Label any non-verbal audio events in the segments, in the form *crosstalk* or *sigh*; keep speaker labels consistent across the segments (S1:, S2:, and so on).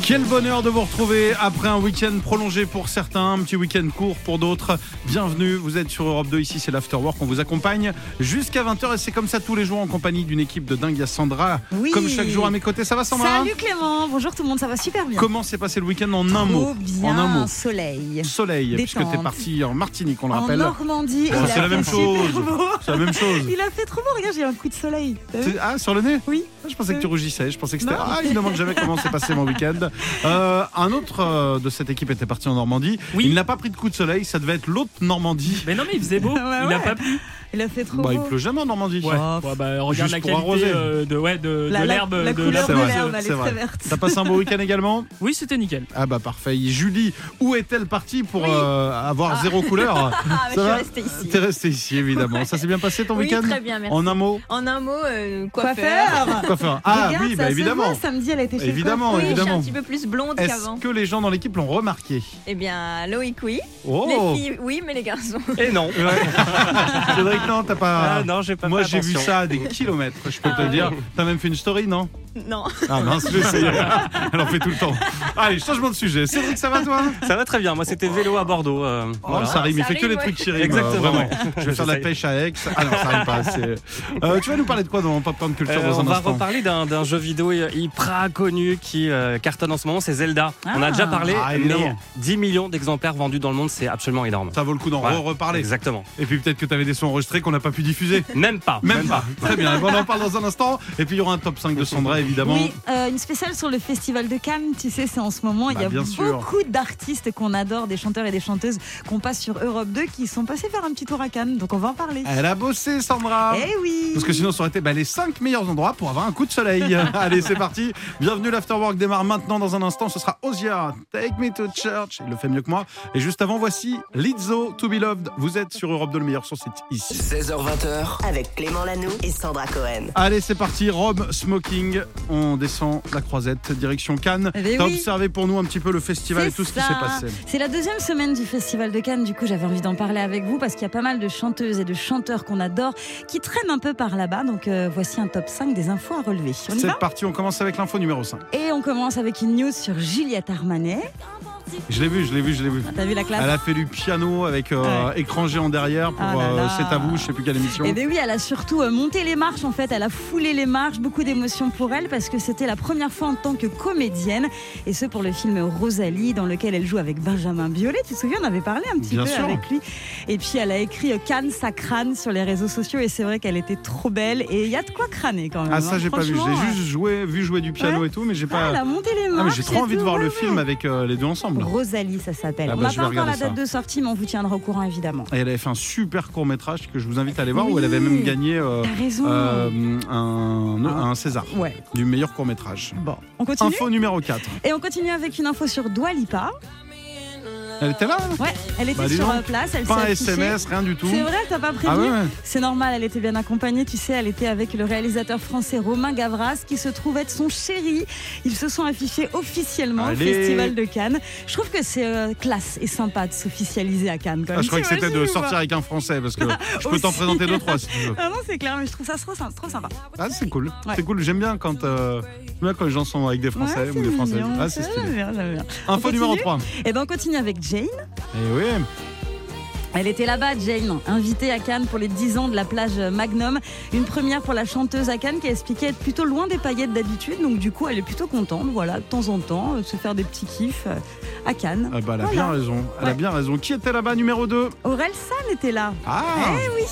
S1: Quel bonheur de vous retrouver après un week-end prolongé pour certains, un petit week-end court pour d'autres. Bienvenue, vous êtes sur Europe 2, ici c'est l'Afterwork, on vous accompagne jusqu'à 20h et c'est comme ça tous les jours en compagnie d'une équipe de dingue. Il y a Sandra,
S2: Oui.
S1: comme chaque jour à mes côtés, ça va Sandra
S2: Salut Clément, bonjour tout le monde, ça va super bien.
S1: Comment s'est passé le week-end en un
S2: Trop
S1: mot
S2: bien,
S1: En un mot.
S2: soleil.
S1: Soleil, puisque
S2: Détente.
S1: t'es parti en Martinique, on le
S2: En
S1: rappelle.
S2: Normandie, et
S1: Bon,
S2: il
S1: c'est
S2: a
S1: la
S2: fait
S1: même
S2: super
S1: chose.
S2: beau. *laughs*
S1: C'est la même chose.
S2: Il a fait trop beau, regarde, j'ai un coup de soleil. T'as vu
S1: C'est- Ah, sur le nez
S2: Oui.
S1: Je pensais que tu rougissais, je pensais que c'était.
S2: Non.
S1: Ah, il ne demande jamais comment s'est passé mon
S3: *laughs*
S1: week-end. Euh, un autre euh, de cette équipe était parti en Normandie.
S4: Oui.
S1: Il n'a pas pris de coup de soleil, ça devait être l'autre Normandie.
S4: Mais non, mais il faisait *laughs* beau.
S2: Bah
S4: il a
S2: ouais.
S4: pas plu.
S2: Il a fait trop
S1: Bah, il
S2: beau.
S1: pleut jamais en Normandie.
S4: Ouais. Ouais, bah, regarde
S1: Oh, Juste
S4: la
S1: pour
S4: qualité
S1: arroser.
S4: euh, de ouais de,
S2: La-
S4: de
S2: la-
S4: l'herbe.
S2: la
S4: de
S2: couleur
S1: C'est
S2: de
S1: vrai,
S2: l'herbe, elle
S1: c'est
S2: est
S1: vrai.
S2: très verte.
S1: T'as passé un beau week-end également
S4: Oui, c'était nickel.
S1: Ah bah parfait. Julie, où est-elle partie pour
S3: Oui.
S1: euh, avoir zéro couleur
S3: *laughs* Ah,
S1: Ça
S3: mais je suis
S1: va
S3: restée ici.
S1: T'es restée ici évidemment. Ça s'est bien passé ton
S3: Oui,
S1: week-end
S3: très bien, merci.
S1: En un mot
S3: En un mot, euh,
S2: Quoi
S3: coiffeur.
S2: faire
S1: Quoi faire Ah
S2: Regarde,
S1: oui,
S2: ça
S1: bah
S2: se
S1: évidemment.
S2: voit, samedi, elle a été chez le
S1: Évidemment,
S3: oui,
S2: coiffeur.
S3: je suis
S1: évidemment.
S3: un petit peu plus blonde
S1: Est-ce
S3: qu'avant.
S1: que les gens dans l'équipe l'ont remarqué
S3: Eh bien, Loïc, oui.
S1: Oh
S3: Les filles, oui, mais les garçons. *laughs*
S5: Et non.
S1: Cédric, non, t'as pas.
S5: Ah non, j'ai pas
S1: Moi
S5: fait
S1: j'ai vu
S5: attention.
S1: ça à des kilomètres, je peux te
S3: Ah
S1: le
S3: oui.
S1: dire. T'as même fait une story, non
S3: Non.
S1: Ah mince, *laughs* je sais. Elle en fait tout le temps. Allez, changement de sujet. Cédric, ça va toi
S5: Ça va très bien. Moi, c'était vélo à Bordeaux. euh,
S1: Oh,
S5: voilà.
S1: ça rime, il
S3: Ça
S1: fait que
S3: rime,
S1: les
S3: ouais.
S1: trucs qui riment.
S5: Exactement.
S1: euh, vraiment. Je vais faire de la
S5: J'essaye.
S1: pêche à Aix. Ah non, ça rime pas. c'est- Euh, tu vas nous parler de quoi dans Popcorn Culture
S5: Euh,
S1: dans
S5: on
S1: un
S5: va
S1: instant
S5: reparler d'un d'un jeu vidéo hyper connu qui euh, cartonne en ce moment, c'est Zelda. On
S2: Ah.
S5: a déjà parlé,
S1: Ah,
S5: mais
S1: évidemment.
S5: 10 millions d'exemplaires vendus dans le monde, c'est absolument énorme.
S1: Ça vaut le coup d'en
S5: Ouais.
S1: re- reparler.
S5: Exactement.
S1: Et puis peut-être que tu avais des sons enregistrés qu'on n'a pas pu diffuser.
S5: Même pas.
S1: Même pas. Très bien. Eh ben, on en parle dans un instant. Et puis il y aura un top 5 de Sandra, évidemment.
S2: Oui, euh, une spéciale sur le festival de Cannes, tu sais, c'est en ce moment.
S1: Bah,
S2: il y a
S1: bien sûr.
S2: beaucoup d'artistes qu'on adore, des chanteurs et des chanteuses qu'on passe sur Europe 2 qui sont passés faire un petit tour à Cannes, donc on va en parler.
S1: Elle a bossé, Sandra.
S2: Eh oui
S1: Eh Parce que sinon, ça aurait été bah, les 5 meilleurs endroits pour avoir un coup de soleil. *laughs* Allez, c'est parti. Bienvenue, l'Afterwork démarre maintenant. Dans un instant, ce sera Ozia, Take Me to Church. Il le fait mieux que moi. Et juste avant, voici Lizzo, To Be Loved. Vous êtes sur Europe de le meilleur sur site ici.
S6: 16h20h,
S7: Avec Clément Lano et Sandra Cohen.
S1: Allez, c'est parti. Rob Smoking. On descend la croisette, direction Cannes.
S2: Eh ben
S1: T'as
S2: oui.
S1: observé pour nous un petit peu le festival et
S2: C'est
S1: tout ce qui
S2: ça.
S1: s'est passé.
S2: C'est la deuxième semaine du Festival de Cannes, du coup j'avais envie d'en parler avec vous parce qu'il y a pas mal de chanteuses et de chanteurs qu'on adore qui traînent un peu par là-bas, donc euh, voici un top 5 des infos à relever. On y
S1: C'est
S2: va
S1: parti, on commence avec l'info numéro 5.
S2: Et on commence avec une news sur Juliette Armanet.
S1: Je l'ai vu, je l'ai vu, je l'ai vu.
S2: T'as vu la classe
S1: Elle a fait du piano avec euh, écran géant derrière pour
S2: Ah là
S1: euh,
S2: là.
S1: C'est à vous, je sais plus quelle émission.
S2: Eh bien oui, elle a surtout euh, monté les marches en fait, elle a foulé les marches, beaucoup d'émotions pour elle parce que c'était la première fois en tant que comédienne et ce pour le film Rosalie dans lequel elle joue avec Benjamin Biolay, tu te souviens, on avait parlé un petit
S1: Bien
S2: peu
S1: sûr.
S2: avec lui et puis elle a écrit euh, Cannes, ça crâne sur les réseaux sociaux et c'est vrai qu'elle était trop belle et il y a de quoi crâner quand même. hein.
S1: Ah ça j'ai pas vu, je l'ai
S2: Franchement,
S1: juste joué, vu jouer du piano et tout, mais j'ai
S2: euh, ah,
S1: pas.
S2: elle a monté les marches.
S1: Ah mais j'ai trop
S2: et
S1: envie de
S2: tout,
S1: voir
S2: ouais,
S1: le
S2: ouais.
S1: film avec euh, les deux ensemble.
S2: Rosalie, ça s'appelle.
S1: Ah
S2: on
S1: bah,
S2: n'a
S1: je
S2: pas
S1: vais
S2: encore la
S1: regarder
S2: date de sortie, mais on vous tiendra au courant évidemment.
S1: Et elle avait fait un super court métrage que je vous invite à aller voir où
S2: Oui.
S1: elle avait même gagné euh,
S2: T'as raison.
S1: euh, un, un César
S2: Ouais.
S1: du meilleur court métrage.
S2: Bon, on continue
S1: Info numéro 4.
S2: et on continue avec une info sur Dua Lipa.
S1: Elle était là hein
S2: Ouais, elle était
S1: Bah, dis
S2: sur
S1: donc.
S2: euh, place, elle s'est
S1: Pas un
S2: affichée.
S1: SMS, rien du tout.
S2: C'est vrai, t'as pas prévenu
S1: Ah ouais, ouais.
S2: C'est normal, elle était bien accompagnée, tu sais, elle était avec le réalisateur français Romain Gavras qui se trouve être son chéri. Ils se sont affichés officiellement
S1: Allez.
S2: au Festival de Cannes. Je trouve que c'est euh, classe et sympa de s'officialiser à Cannes quand même.
S1: Ah, je croyais que c'était de
S2: T'imagines ou pas
S1: sortir avec un français *laughs* parce que je peux t'en
S2: Aussi.
S1: présenter deux trois si tu veux.
S2: Ah non, c'est clair, mais je trouve ça trop, sym- trop sympa.
S1: Ah c'est cool,
S2: Ouais.
S1: c'est cool. J'aime bien quand euh, j'aime bien quand les gens sont avec des Français
S2: Ouais,
S1: ou des
S2: c'est
S1: Françaises.
S2: mignon.
S1: Ah c'est
S2: Ouais,
S1: stylé.
S2: j'aime bien, j'aime bien.
S1: Info
S2: On
S1: numéro
S2: continue
S1: 3.
S2: Et ben on continue avec Jane.
S1: Et oui.
S2: Elle était là-bas, Jane, invitée à Cannes pour les 10 ans de la plage Magnum. Une première pour la chanteuse à Cannes qui a expliqué être plutôt loin des paillettes d'habitude. Donc, du coup, elle est plutôt contente, voilà, de temps en temps, euh, se faire des petits kiffs euh, à Cannes.
S1: Ah bah, elle a
S2: Voilà.
S1: bien raison. Elle a
S2: Ouais.
S1: bien raison. Qui était là-bas numéro 2
S2: Aurel San était là.
S1: Ah
S2: Eh oui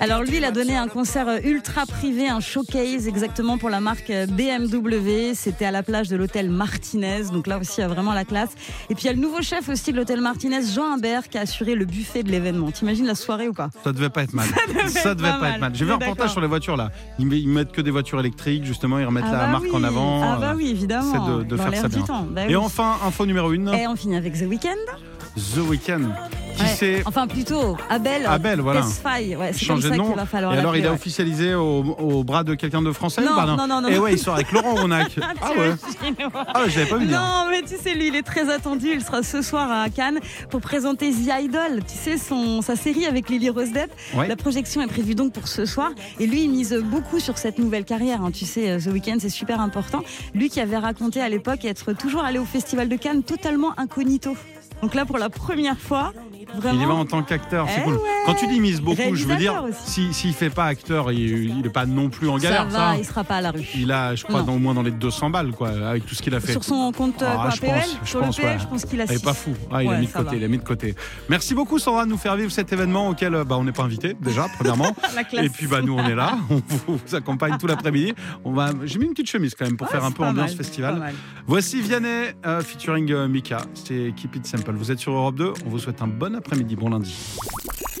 S2: alors lui, il a donné un concert euh, ultra privé, un showcase exactement pour la marque euh, BMW. C'était à la plage de l'hôtel Martinez, donc là aussi, il y a vraiment la classe. Et puis il y a le nouveau chef aussi de l'hôtel Martinez, Jean Humbert, qui a assuré le buffet de l'événement. T'imagines la soirée ou pas
S1: Ça devait pas être
S2: *laughs*
S1: mal. Ça
S2: être
S1: devait pas
S2: pas
S1: être
S2: mal.
S1: mal. J'ai vu
S2: On
S1: un
S2: est
S1: reportage
S2: d'accord.
S1: sur les voitures là. Ils met- ils mettent que des voitures électriques, justement, ils remettent
S2: Ah
S1: la
S2: bah
S1: marque en
S2: oui.
S1: avant. euh,
S2: Ah bah oui, évidemment.
S1: c'est de- de
S2: Dans
S1: faire
S2: l'air
S1: ça
S2: du
S1: bien.
S2: temps. Bah
S1: Et
S2: oui.
S1: enfin, info numéro 1,
S2: Et on finit avec The Weeknd.
S1: The Weeknd. qui
S2: Eh. Ouais.
S1: c'est
S2: Enfin, plutôt Abel.
S1: Abel, voilà.
S2: Tesfaye. Ouais, c'est comme
S1: changer
S2: ça
S1: de
S2: qu'il
S1: nom.
S2: va falloir
S1: et alors, il a
S2: l'appeler, ouais.
S1: officialisé au, au bras de quelqu'un de français
S2: Non,
S1: ou pas,
S2: non, non, non,
S1: Et
S2: non.
S1: ouais, il sort avec Laurent
S2: *laughs*
S1: Ronac. ah ouais
S2: T'imagines, ouais.
S1: Ah ouais, je l'avais pas vu venir.
S2: Non, mais tu sais, lui, il est très attendu. Il sera ce soir à Cannes pour présenter The Idol. Tu sais, son, sa série avec Lily Rose Depp.
S1: Ouais.
S2: La projection est prévue donc pour ce soir. Et lui, il mise beaucoup sur cette nouvelle carrière. hein. Tu sais, euh, ce week-end, c'est super important. Lui qui avait raconté à l'époque être toujours allé au Festival de Cannes totalement incognito. Donc là, pour la première fois,
S1: Il y va
S2: vraiment.
S1: en tant qu'acteur, c'est
S2: Eh
S1: cool.
S2: ouais.
S1: Quand tu dis mise beaucoup, je veux dire,
S2: Réalisateur
S1: si-
S2: aussi.
S1: s'il fait pas acteur, il n'est pas non plus en galère.
S2: ça va,
S1: ça.
S2: il sera pas à la rue.
S1: Il a, je crois,
S2: Non.
S1: dans, au moins dans les 200 balles, quoi, avec tout ce qu'il a fait.
S2: Sur son compte euh,
S1: Ah,
S2: quoi,
S1: je
S2: PL,
S1: pense, je
S2: sur
S1: pense,
S2: le PL,
S1: ouais.
S2: je pense qu'il a
S1: Il est
S2: six.
S1: pas fou. Ah, il a
S2: Ouais,
S1: mis de
S2: ça
S1: côté,
S2: va.
S1: il a mis de côté. Merci beaucoup Sandra de nous faire vivre cet événement auquel euh, bah, on n'est pas invité déjà premièrement.
S2: *laughs* La classe.
S1: Et puis bah nous on est là, *laughs* on vous vous accompagne tout l'après-midi. On va j'ai mis une petite chemise quand même pour
S2: Ouais,
S1: faire un
S2: c'est
S1: peu
S2: pas
S1: ambiance
S2: mal, pas
S1: festival.
S2: mal.
S1: Voici Vianney euh, featuring euh, Mika, c'est Keep It Simple. Vous êtes sur Europe 2, on vous souhaite un bon après-midi, bon lundi.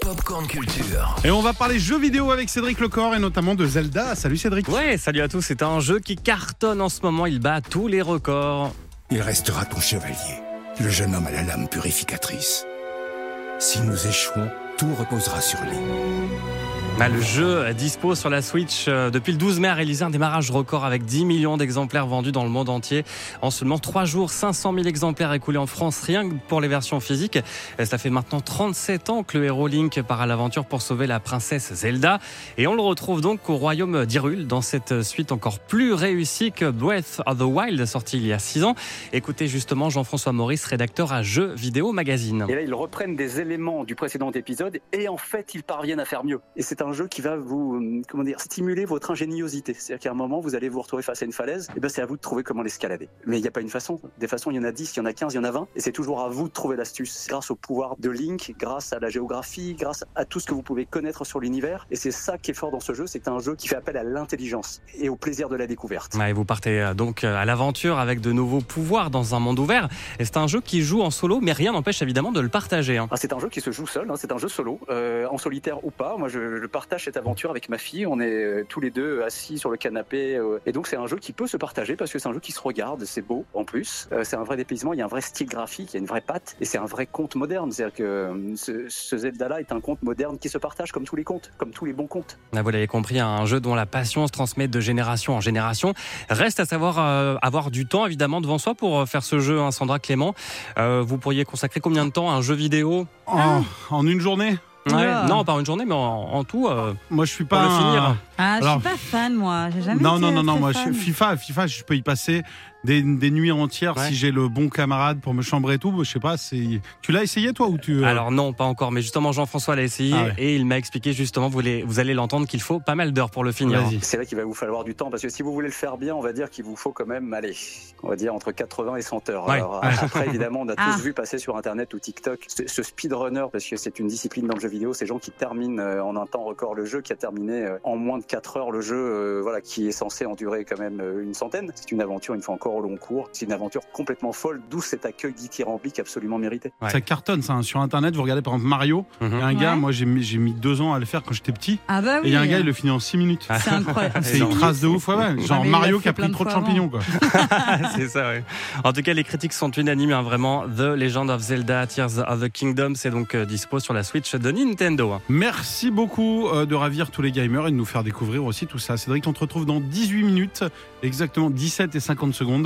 S6: Popcorn Culture.
S1: Et on va parler jeux vidéo avec Cédric Lecor et notamment de Zelda. Salut Cédric.
S5: Ouais, salut à tous. C'est un jeu qui cartonne en ce moment. Il bat tous les records.
S8: Il restera ton chevalier, le jeune homme à la lame purificatrice. Si nous échouons, tout reposera sur lui.
S5: Bah, le jeu dispo sur la Switch euh, depuis le 12 mai a réalisé un démarrage record avec 10 millions d'exemplaires vendus dans le monde entier. En seulement 3 jours, 500 000 exemplaires écoulés en France rien que pour les versions physiques. Et ça fait maintenant 37 ans que le héros Link part à l'aventure pour sauver la princesse Zelda. Et on le retrouve donc au royaume d'Hyrule dans cette suite encore plus réussie que Breath of the Wild sortie il y a 6 ans. Écoutez justement Jean-François Maurice, rédacteur à Jeux Vidéo Magazine.
S9: Et là, ils reprennent des éléments du précédent épisode et en fait, ils parviennent à faire mieux. Et c'est un jeu qui va vous, euh, comment dire, stimuler votre ingéniosité. C'est-à-dire qu'à un moment, vous allez vous retrouver face à une falaise, et ben c'est à vous de trouver comment l'escalader. Mais il n'y a pas une façon. Des façons, il y en a 10, il y en a 15, il y en a 20, et c'est toujours à vous de trouver l'astuce grâce au pouvoir de Link, grâce à la géographie, grâce à tout ce que vous pouvez connaître sur l'univers. Et c'est ça qui est fort dans ce jeu, c'est que c'est un jeu qui fait appel à l'intelligence et au plaisir de la découverte.
S5: Ouais, et vous partez euh, donc euh, à l'aventure avec de nouveaux pouvoirs dans un monde ouvert. Et c'est un jeu qui joue en solo, mais rien n'empêche évidemment de le partager. hein.
S9: Ah, c'est un jeu qui se joue seul, hein, c'est un jeu solo, euh, en solitaire ou pas. Moi, je, je partage cette aventure avec ma fille. On est euh, tous les deux assis sur le canapé. euh, et donc, c'est un jeu qui peut se partager parce que c'est un jeu qui se regarde. C'est beau en plus. Euh, c'est un vrai dépaysement. Il y a un vrai style graphique, il y a une vraie patte. Et c'est un vrai conte moderne. C'est-à-dire que euh, ce, ce Zelda-là est un conte moderne qui se partage comme tous les contes, comme tous les bons contes.
S5: Ah, Vous l'avez compris, un jeu dont la passion se transmet de génération en génération. Reste à savoir euh, avoir du temps évidemment devant soi pour euh, faire ce jeu, hein, Sandra Clément. Euh, vous pourriez consacrer combien de temps à un jeu vidéo
S1: En, Oh, en une journée,
S5: Ouais,
S2: Ah.
S5: Non, pas une journée, mais en, en tout. euh,
S1: moi je suis
S5: Pour
S1: pas
S5: le
S1: un-
S5: finir.
S2: Ah, je
S1: Alors-
S2: suis pas fan, moi. J'ai jamais
S1: Non,
S2: été
S1: non, non, non,
S2: très
S1: moi, je-
S2: fan.
S1: FIFA, FIFA, je peux y passer des, des nuits entières
S5: Ouais.
S1: si j'ai le bon camarade pour me chambrer et tout. Je sais pas, c'est. Tu l'as essayé toi ou tu. euh,
S5: Alors non, pas encore, mais justement Jean-François l'a essayé
S1: Ah ouais.
S5: et il m'a expliqué justement, vous, les- vous allez l'entendre, qu'il faut pas mal d'heures pour le finir. hein.
S1: Vas-y.
S9: C'est là qu'il va vous falloir du temps parce que si vous voulez le faire bien, on va dire qu'il vous faut quand même aller, on va dire entre 80 et 100 heures.
S5: Ouais.
S9: Alors, euh, après, évidemment, on a
S2: Ah.
S9: tous vu passer sur Internet ou TikTok ce, ce speedrunner parce que c'est une discipline dans le jeu vidéo. Ces gens qui terminent euh, en un temps record le jeu, qui a terminé euh, en moins de 4 heures le jeu, euh, voilà, qui est censé en durer quand même euh, une centaine. C'est une aventure, une fois encore, au long cours. C'est une aventure complètement folle, d'où cet accueil dithyrambique absolument mérité.
S5: Ouais.
S1: Ça cartonne, ça. hein. Sur Internet, vous regardez par exemple Mario.
S5: Mhm.
S1: Il y a un gars,
S2: Ouais.
S1: moi j'ai mis, j'ai mis deux ans à le faire quand j'étais petit.
S2: Ah bah oui.
S1: Et il y a un gars, il le finit en six minutes.
S2: *laughs*
S5: Ah,
S2: C'est incroyable.
S1: *laughs* C'est une trace de ouf, ouais, ouais. Genre
S2: mais il l'a
S1: Mario
S2: fait
S1: qui a
S2: plein
S1: pris
S2: de
S1: trop de
S2: fois avant.
S1: champignons, quoi.
S5: *laughs* c'est ça, oui. En tout cas, les critiques sont unanimes, hein, vraiment. The Legend of Zelda Tears of the Kingdom, c'est donc euh, dispo sur la Switch de Nintendo. hein.
S1: Merci beaucoup euh, de ravir tous les gamers et de nous faire découvrir aussi tout ça. Cédric, on te retrouve dans 18 minutes, exactement 17 et 50 secondes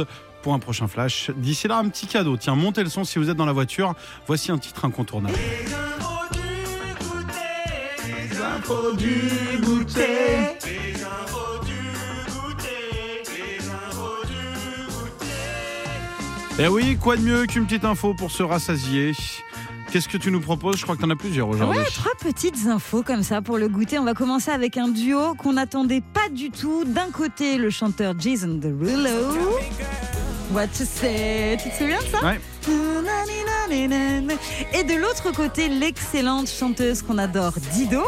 S1: pour un prochain flash. D'ici là, un petit cadeau. Tiens, montez le son si vous êtes dans la voiture. Voici un titre incontournable. Eh oui, quoi de mieux qu'une petite info pour se rassasier Qu'est-ce que tu nous proposes Je crois que tu en as plusieurs aujourd'hui.
S2: Ouais, trois petites infos comme ça pour le goûter. On va commencer avec un duo qu'on n'attendait pas du tout. D'un côté, le chanteur Jason Derulo. What you say Tu te souviens de ça
S1: Ouais.
S2: Et de l'autre côté, l'excellente chanteuse qu'on adore, Dido.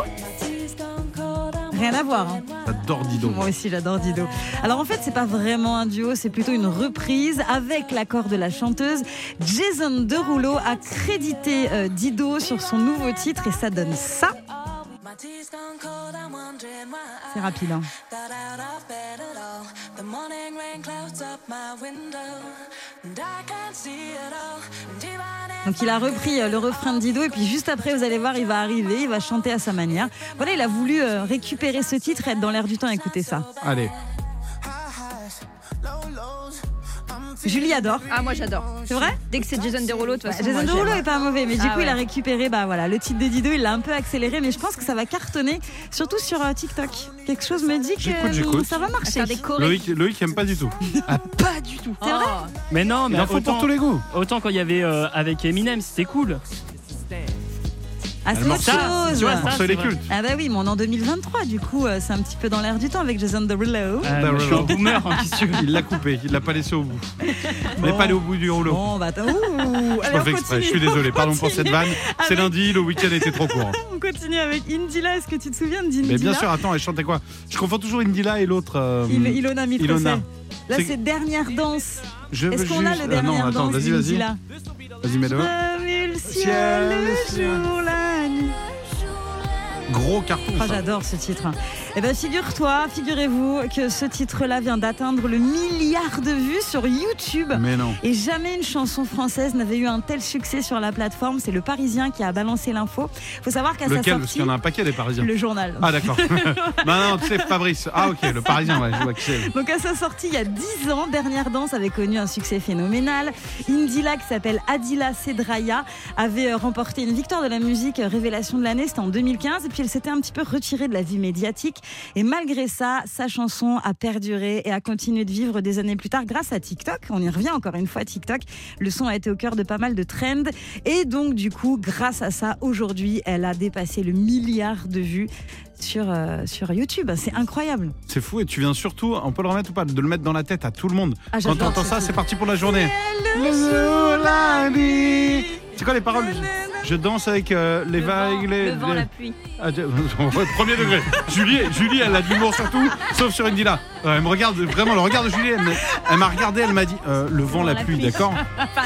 S2: Rien à voir. hein.
S1: J'adore Dido.
S2: Moi aussi, j'adore Dido. Alors en fait, c'est pas vraiment un duo, c'est plutôt une reprise avec l'accord de la chanteuse. Jason Derulo a crédité euh, Dido sur son nouveau titre et ça donne ça.
S10: My tea's gone cold, I'm
S2: C'est rapide. hein. Donc il a repris euh, le refrain de Dido et puis juste après vous allez voir il va arriver, il va chanter à sa manière. Voilà, il a voulu euh, récupérer ce titre et être dans l'air du temps, écoutez ça.
S1: Allez.
S2: Julie adore.
S3: Ah, moi j'adore.
S2: C'est vrai
S3: Dès que c'est Jason Derulo, de toute façon.
S2: Jason
S3: moi,
S2: Derulo
S3: j'aime.
S2: est pas mauvais, mais du
S3: Ah
S2: coup il
S3: ouais.
S2: a récupéré bah voilà le titre de Dido, il l'a un peu accéléré, mais je pense que ça va cartonner, surtout sur euh, TikTok. Quelque chose me dit que
S1: J'écoute,
S2: euh,
S1: j'écoute.
S2: ça va
S3: À
S2: marcher.
S3: Faire des chorés.
S1: Loïc, Loïc aime pas du tout.
S2: Pas du tout. C'est vrai.
S3: Oh.
S4: Mais non,
S1: Il
S4: mais
S1: en faut
S4: autant,
S1: pour tous les goûts.
S4: autant quand il y avait euh, avec Eminem, c'était cool.
S2: Ah c'est
S1: Alors,
S2: autre
S4: ça,
S2: chose.
S4: tu vois, ça,
S1: Morceau
S4: c'est
S1: les
S4: vrai.
S1: cultes.
S2: Ah bah oui, mais on est en 2023, du coup euh, c'est un petit peu dans l'air du temps avec Jason Derulo.
S1: Bah,
S4: Euh, je suis un boomer, hein, qu'est-ce que tu veux.
S1: Il l'a coupé, il l'a pas laissé au bout. Il n'est
S2: Bon.
S1: pas allé au bout du rouleau.
S2: Bon
S1: *laughs*
S2: bah attends. Ouh.
S1: Je
S2: Allez,
S1: pas
S2: on
S1: fait exprès,
S2: continue.
S1: je suis désolé,
S2: On
S1: pardon pour cette
S2: continue. Ah,
S1: vanne. C'est
S2: Avec-
S1: lundi, le week-end était trop court.
S2: *laughs* On continue avec Indila. Est-ce que tu te souviens d'Indila
S1: Mais bien sûr, attends, elle chantait quoi Je confonds toujours Indila et l'autre. euh,
S2: Il- Ilona Mitrosel.
S1: Ilona.
S2: Là,
S1: C'est-
S2: c'est dernière danse.
S1: Je veux
S2: Est-ce qu'on a
S1: juste-
S2: le
S1: Ah
S2: dernière
S1: Non, attends,
S2: danse
S1: vas-y, vas-y.
S2: d'Indila
S1: Vas-y, mets-le.
S2: Remue le
S1: Ciel,
S2: ciel, le jour, la nuit.
S1: Gros carton.
S2: Oh,
S1: ça.
S2: J'adore ce titre. Eh ben, figure-toi, figurez-vous que ce titre-là vient d'atteindre le milliard de vues sur YouTube.
S1: Mais non.
S2: Et jamais une chanson française n'avait eu un tel succès sur la plateforme. C'est le Parisien qui a balancé l'info. Faut savoir qu'à sa
S1: Lequel Parce
S2: sortie,
S1: qu'il y en a un paquet des Parisiens.
S2: le journal.
S1: Ah
S2: *laughs*
S1: d'accord. non, non, tu sais, Fabrice. Ah ok, le Parisien, ouais, je vois qui c'est.
S2: Donc à sa sortie il y a 10 ans, Dernière Danse avait connu un succès phénoménal. Indila, qui s'appelle Adila Sedraya, avait euh, remporté une victoire de la musique euh, Révélation de l'année, c'était en 2015, et puis elle s'était un petit peu retirée de la vie médiatique. Et malgré ça, sa chanson a perduré et a continué de vivre des années plus tard grâce à TikTok. On y revient encore une fois, TikTok. Le son a été au cœur de pas mal de trends. Et donc du coup, grâce à ça, aujourd'hui, elle a dépassé le milliard de vues sur, euh, sur YouTube. C'est incroyable.
S1: C'est fou et tu viens surtout, on peut le remettre ou pas, de le mettre dans la tête à tout le monde.
S2: Ah,
S1: Quand
S2: j'adore
S1: t'entends
S2: ce
S1: ça,
S2: titre.
S1: c'est parti pour la journée.
S2: Le
S1: jour, la nuit. C'est quoi les paroles Je danse avec euh, les
S3: Le
S1: vagues,
S3: vent,
S1: les.
S3: le vent,
S1: les-
S3: la pluie.
S1: Ah, *laughs* je- Premier degré. Julie, Julie, elle a de l'humour surtout, sauf sur Indila. Euh, elle me regarde, vraiment, le regard de Julie, elle me- elle m'a regardé, elle m'a dit euh, le vent, la,
S3: la
S1: pluie,
S2: *laughs*
S3: pluie.
S1: d'accord